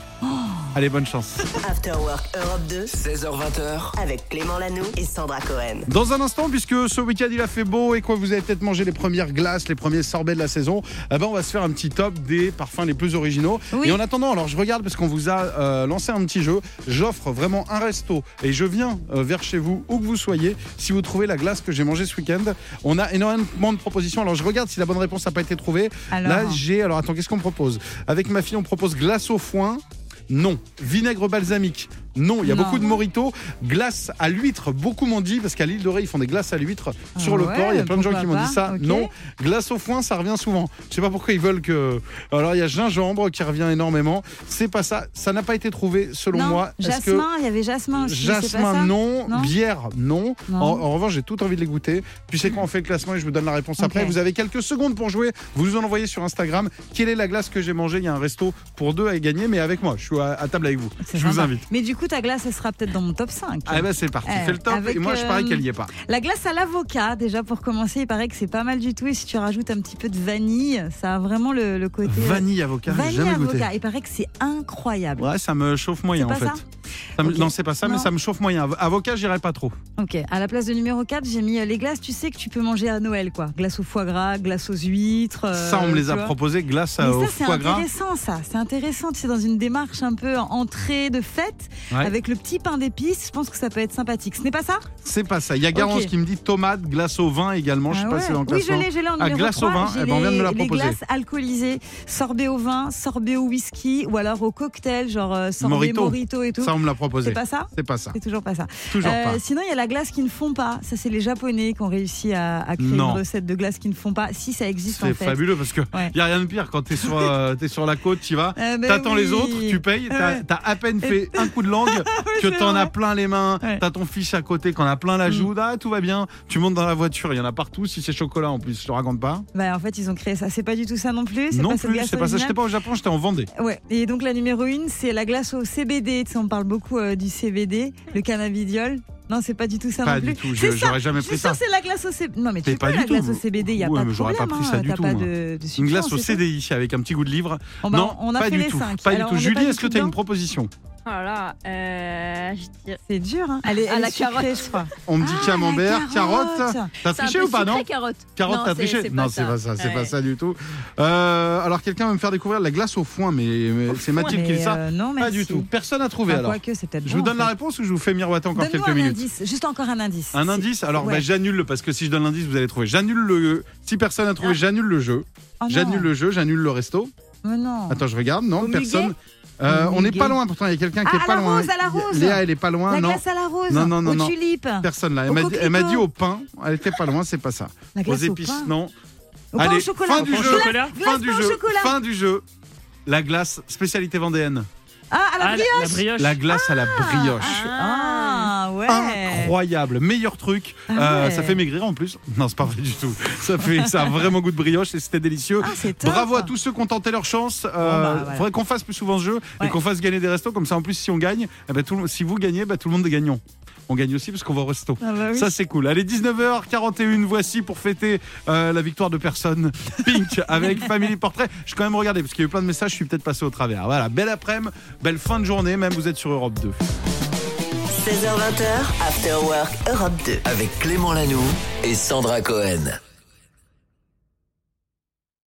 S1: Allez, bonne chance.
S11: After Work Europe 2
S6: 16h20h,
S11: avec Clément Lano et Sandra Cohen.
S1: Dans un instant, puisque ce week-end il a fait beau et quoi, vous avez peut-être mangé les premières glaces, les premiers sorbets de la saison, eh ben on va se faire un petit top des parfums les plus originaux.
S2: Oui.
S1: Et en attendant, alors je regarde parce qu'on vous a euh, lancé un petit jeu. J'offre vraiment un resto et je viens euh, vers chez vous, où que vous soyez, si vous trouvez la glace que j'ai mangée ce week-end. On a énormément de propositions. Alors je regarde si la bonne réponse n'a pas été trouvée.
S2: Alors.
S1: Là, j'ai. Alors attends, qu'est-ce qu'on propose Avec ma fille, on propose glace au foin. Non. Vinaigre balsamique. Non. Il y a
S2: Non.
S1: beaucoup de moritos. Glace à l'huître. Beaucoup m'ont dit parce qu'à l'île de Ré, ils font des glaces à l'huître sur
S2: Ah
S1: le
S2: ouais,
S1: port. Il y a plein de gens
S2: pourquoi
S1: qui m'ont
S2: pas,
S1: dit ça.
S2: ok.
S1: Non. Glace au foin, ça revient souvent. Je sais pas pourquoi ils veulent que. Alors il y a gingembre qui revient énormément. C'est pas ça. Ça n'a pas été trouvé selon
S2: non,
S1: moi. Est-ce que
S2: Jasmin, il y avait Jasmin aussi. Hein, c'est pas ça
S1: Jasmin, non.
S2: Non
S1: Bière, non.
S2: Non.
S1: En, en revanche, j'ai tout envie de les goûter. Tu sais quoi, on fait le classement et je vous donne la réponse
S2: Ok.
S1: après. Vous avez quelques secondes pour jouer. Vous nous en envoyez sur Instagram. Quelle est la glace que j'ai mangée Il y a un resto pour deux à gagner, mais avec moi. Je suis à, à table avec vous.
S2: C'est
S1: Je vous
S2: sympa.
S1: invite.
S2: Mais du coup, ta glace, elle sera peut-être dans mon top 5.
S1: Ah bah c'est parti,
S2: Eh,
S1: fais le top
S2: avec,
S1: et moi je parie
S2: euh,
S1: qu'elle y est pas.
S2: La glace à l'avocat, déjà pour commencer, il paraît que c'est pas mal du tout. Et si tu rajoutes un petit peu de vanille, ça a vraiment le, le côté. euh,
S1: Vanille avocat, j'ai
S2: Vanille
S1: jamais goûté.
S2: avocat, il paraît que c'est incroyable.
S1: Ouais, ça me chauffe moyen
S2: C'est
S1: en
S2: pas
S1: fait.
S2: ça
S1: Ça me-
S2: Ok.
S1: Non, c'est pas ça, mais
S2: Non.
S1: ça me chauffe moyen. Av- Avocat, j'irai pas trop.
S2: Ok, à la place de numéro 4, j'ai mis euh, les glaces, tu sais, que tu peux manger à Noël, quoi. Glace au foie gras, glace aux huîtres. euh,
S1: ça, on me les
S2: tu
S1: a
S2: vois.
S1: proposés glace à-
S2: Mais
S1: au
S2: ça, c'est
S1: foie gras.
S2: intéressant, ça. C'est intéressant. C'est dans une démarche un peu entrée de fête
S1: Ouais.
S2: avec le petit pain d'épices. Je pense que ça peut être sympathique. Ce n'est pas ça
S1: C'est pas ça. Il y a Garance
S2: Ok.
S1: qui me dit tomate, glace au vin également. je
S2: Ah
S1: suis passé
S2: ouais.
S1: dans le
S2: Oui, je
S1: classement.
S2: l'ai, je l'ai en
S1: Ah,
S2: numéro
S1: glace au
S2: 3,
S1: vin,
S2: j'ai
S1: eh ben, on vient de me la
S2: les-
S1: proposer.
S2: Les glaces alcoolisées, sorbet au vin, sorbet au whisky ou alors au cocktail, genre euh, sorbet
S1: Morito.
S2: morito, et tout.
S1: Ça, on me l'a proposé.
S2: C'est pas ça
S1: C'est pas ça.
S2: C'est toujours pas ça.
S1: Toujours
S2: Euh,
S1: pas.
S2: Sinon, il y a la glace qui ne font pas. Ça, c'est les Japonais qui ont réussi à, à créer
S1: Non.
S2: une recette de glace qui ne font pas. Si, ça existe en
S1: C'est
S2: fait.
S1: fabuleux parce que
S2: Ouais.
S1: y a rien de pire quand t'es sur,
S2: *laughs*
S1: euh, t'es sur la côte, tu vas,
S2: Ah, mais
S1: t'attends les
S2: oui.
S1: autres, tu payes, t'as
S2: Ouais.
S1: t'as à peine fait un coup de
S2: *laughs*
S1: langue que
S2: c'est
S1: t'en
S2: vrai.
S1: as plein les mains,
S2: Ouais. Mm.
S1: t'as ton fils à côté qu'on a plein la joue, ah, tout va bien, tu montes dans la voiture, il y en a partout, si c'est chocolat en plus, je te raconte pas.
S2: Bah, en fait, ils ont créé ça. C'est pas du tout ça non plus. c'est
S1: Non
S2: pas cette
S1: plus,
S2: glace
S1: c'est pas ça,
S2: originale.
S1: j'étais pas au Japon, j'étais en Vendée.
S2: Ouais, et donc la numéro une, c'est la glace au CBD. Tu sais, on parle beaucoup euh, du CBD, le cannabidiol. Non, c'est pas du tout ça
S1: Pas
S2: non
S1: du
S2: plus.
S1: tout, je-
S2: C'est ça.
S1: j'aurais jamais
S2: Je suis
S1: pris ça.
S2: sûre que c'est la glace au CBD. Non, mais tu
S1: Mais
S2: peux
S1: pas du
S2: la glace
S1: tout.
S2: au CBD, il n'y a
S1: Ouais,
S2: pas de
S1: mais j'aurais
S2: problème.
S1: pas pris ça
S2: hein,
S1: du
S2: t'as
S1: tout,
S2: pas
S1: moi.
S2: de, de
S1: Une
S2: substance,
S1: glace au
S2: c'est ça
S1: CDI avec un petit goût de livre.
S2: Bon, bah,
S1: non,
S2: on on a
S1: pas
S2: fait
S1: du
S2: les
S1: tout.
S2: cinq.
S1: Pas
S2: Alors,
S1: du tout.
S2: on n'est pas
S1: Julie,
S2: du
S1: est-ce que
S2: tout
S1: t'as une
S2: dedans.
S1: proposition
S3: Oh là là, euh, je dirais-
S2: C'est dur, hein. Elle est,
S3: À
S2: elle
S3: la
S2: est sucrée,
S3: carotte.
S2: je crois.
S1: On me dit
S2: Ah,
S1: camembert,
S2: la
S1: carotte.
S2: carotte.
S1: T'as
S3: C'est un
S1: triché
S3: peu
S1: ou pas,
S3: sucré,
S1: non
S3: carotte.
S1: Carotte,
S3: Non,
S1: t'as
S3: c'est-
S1: triché
S3: c'est
S1: Non,
S3: pas
S1: c'est
S3: ça.
S1: pas ça, c'est
S3: Ouais.
S1: pas ça du tout. Euh, alors, quelqu'un va me faire découvrir la glace au foin, mais mais c'est Mathilde qui dit
S2: Mais,
S1: ça.
S2: euh, non,
S1: Pas
S2: merci.
S1: du tout. Personne n'a trouvé
S2: Enfin,
S1: alors.
S2: quoique, c'est peut-être
S1: Je
S2: bon,
S1: vous
S2: en
S1: donne la
S2: fait.
S1: réponse ou je vous fais miroiter encore
S2: Donne-nous
S1: quelques
S2: un
S1: minutes
S2: indice, juste encore un indice.
S1: Un
S2: C'est-
S1: indice Alors,
S2: Ouais.
S1: bah, j'annule le parce que si je donne l'indice, vous allez trouver. J'annule le. Si personne n'a trouvé,
S2: Ah.
S1: j'annule le jeu.
S2: Oh non.
S1: j'annule le jeu, j'annule le resto.
S2: Mais non.
S1: Attends, je regarde. Non,
S2: Au
S1: personne.
S2: muguet
S1: Euh,
S2: Au
S1: on n'est
S2: muguet.
S1: pas loin pourtant. Il y a quelqu'un qui
S2: Ah,
S1: est
S2: à
S1: pas
S2: la
S1: loin.
S2: rose, à la rose.
S1: Léa, elle est pas loin.
S2: la
S1: non.
S2: glace à la rose,
S1: Non, non, non,
S2: aux
S1: non.
S2: tulipes,
S1: Personne là. Elle
S2: Au
S1: m'a dit- elle m'a dit
S2: coquelicot.
S1: au pain. Elle était pas loin, c'est pas ça.
S2: la
S1: Aux
S2: glace au
S1: épices,
S2: pain.
S1: non.
S2: Au pain
S1: Allez,
S2: au chocolat.
S1: fin du
S4: Au
S1: jeu.
S4: chocolat
S2: Glace
S1: fin du
S2: pain au
S1: jeu.
S2: chocolat.
S1: Fin du jeu. La glace, spécialité vendéenne.
S2: Ah, à la
S4: Ah,
S2: brioche.
S4: la brioche.
S1: La glace à la brioche.
S2: Ah, ouais.
S1: incroyable, meilleur truc.
S2: Ah
S1: Euh,
S2: ouais.
S1: Ça fait maigrir en plus. Non, c'est pas vrai du tout. Ça fait, ça a vraiment goût de brioche et c'était délicieux. Bravo à tous ceux qui ont tenté leur chance. Euh,
S2: Ah, Bon, bah, voilà.
S1: Faudrait qu'on fasse plus souvent ce jeu et qu'on fasse gagner des restos comme ça. En plus, si on gagne, eh ben, tout le- si vous gagnez, bah, tout le monde est gagnant. On gagne aussi parce qu'on va au resto.
S2: Ah bah oui.
S1: Ça c'est cool. Allez 19h41, voici pour fêter euh, la victoire de personne. *laughs* Pink avec Family Portrait. Je vais quand même regarder parce qu'il y a eu plein de messages. Je suis peut-être passé au travers. Voilà, belle après-midi, belle fin de journée. Même vous êtes sur Europe 2.
S11: 16h20, After Work Europe 2.
S6: Avec Clément Lanoux et Sandra Cohen.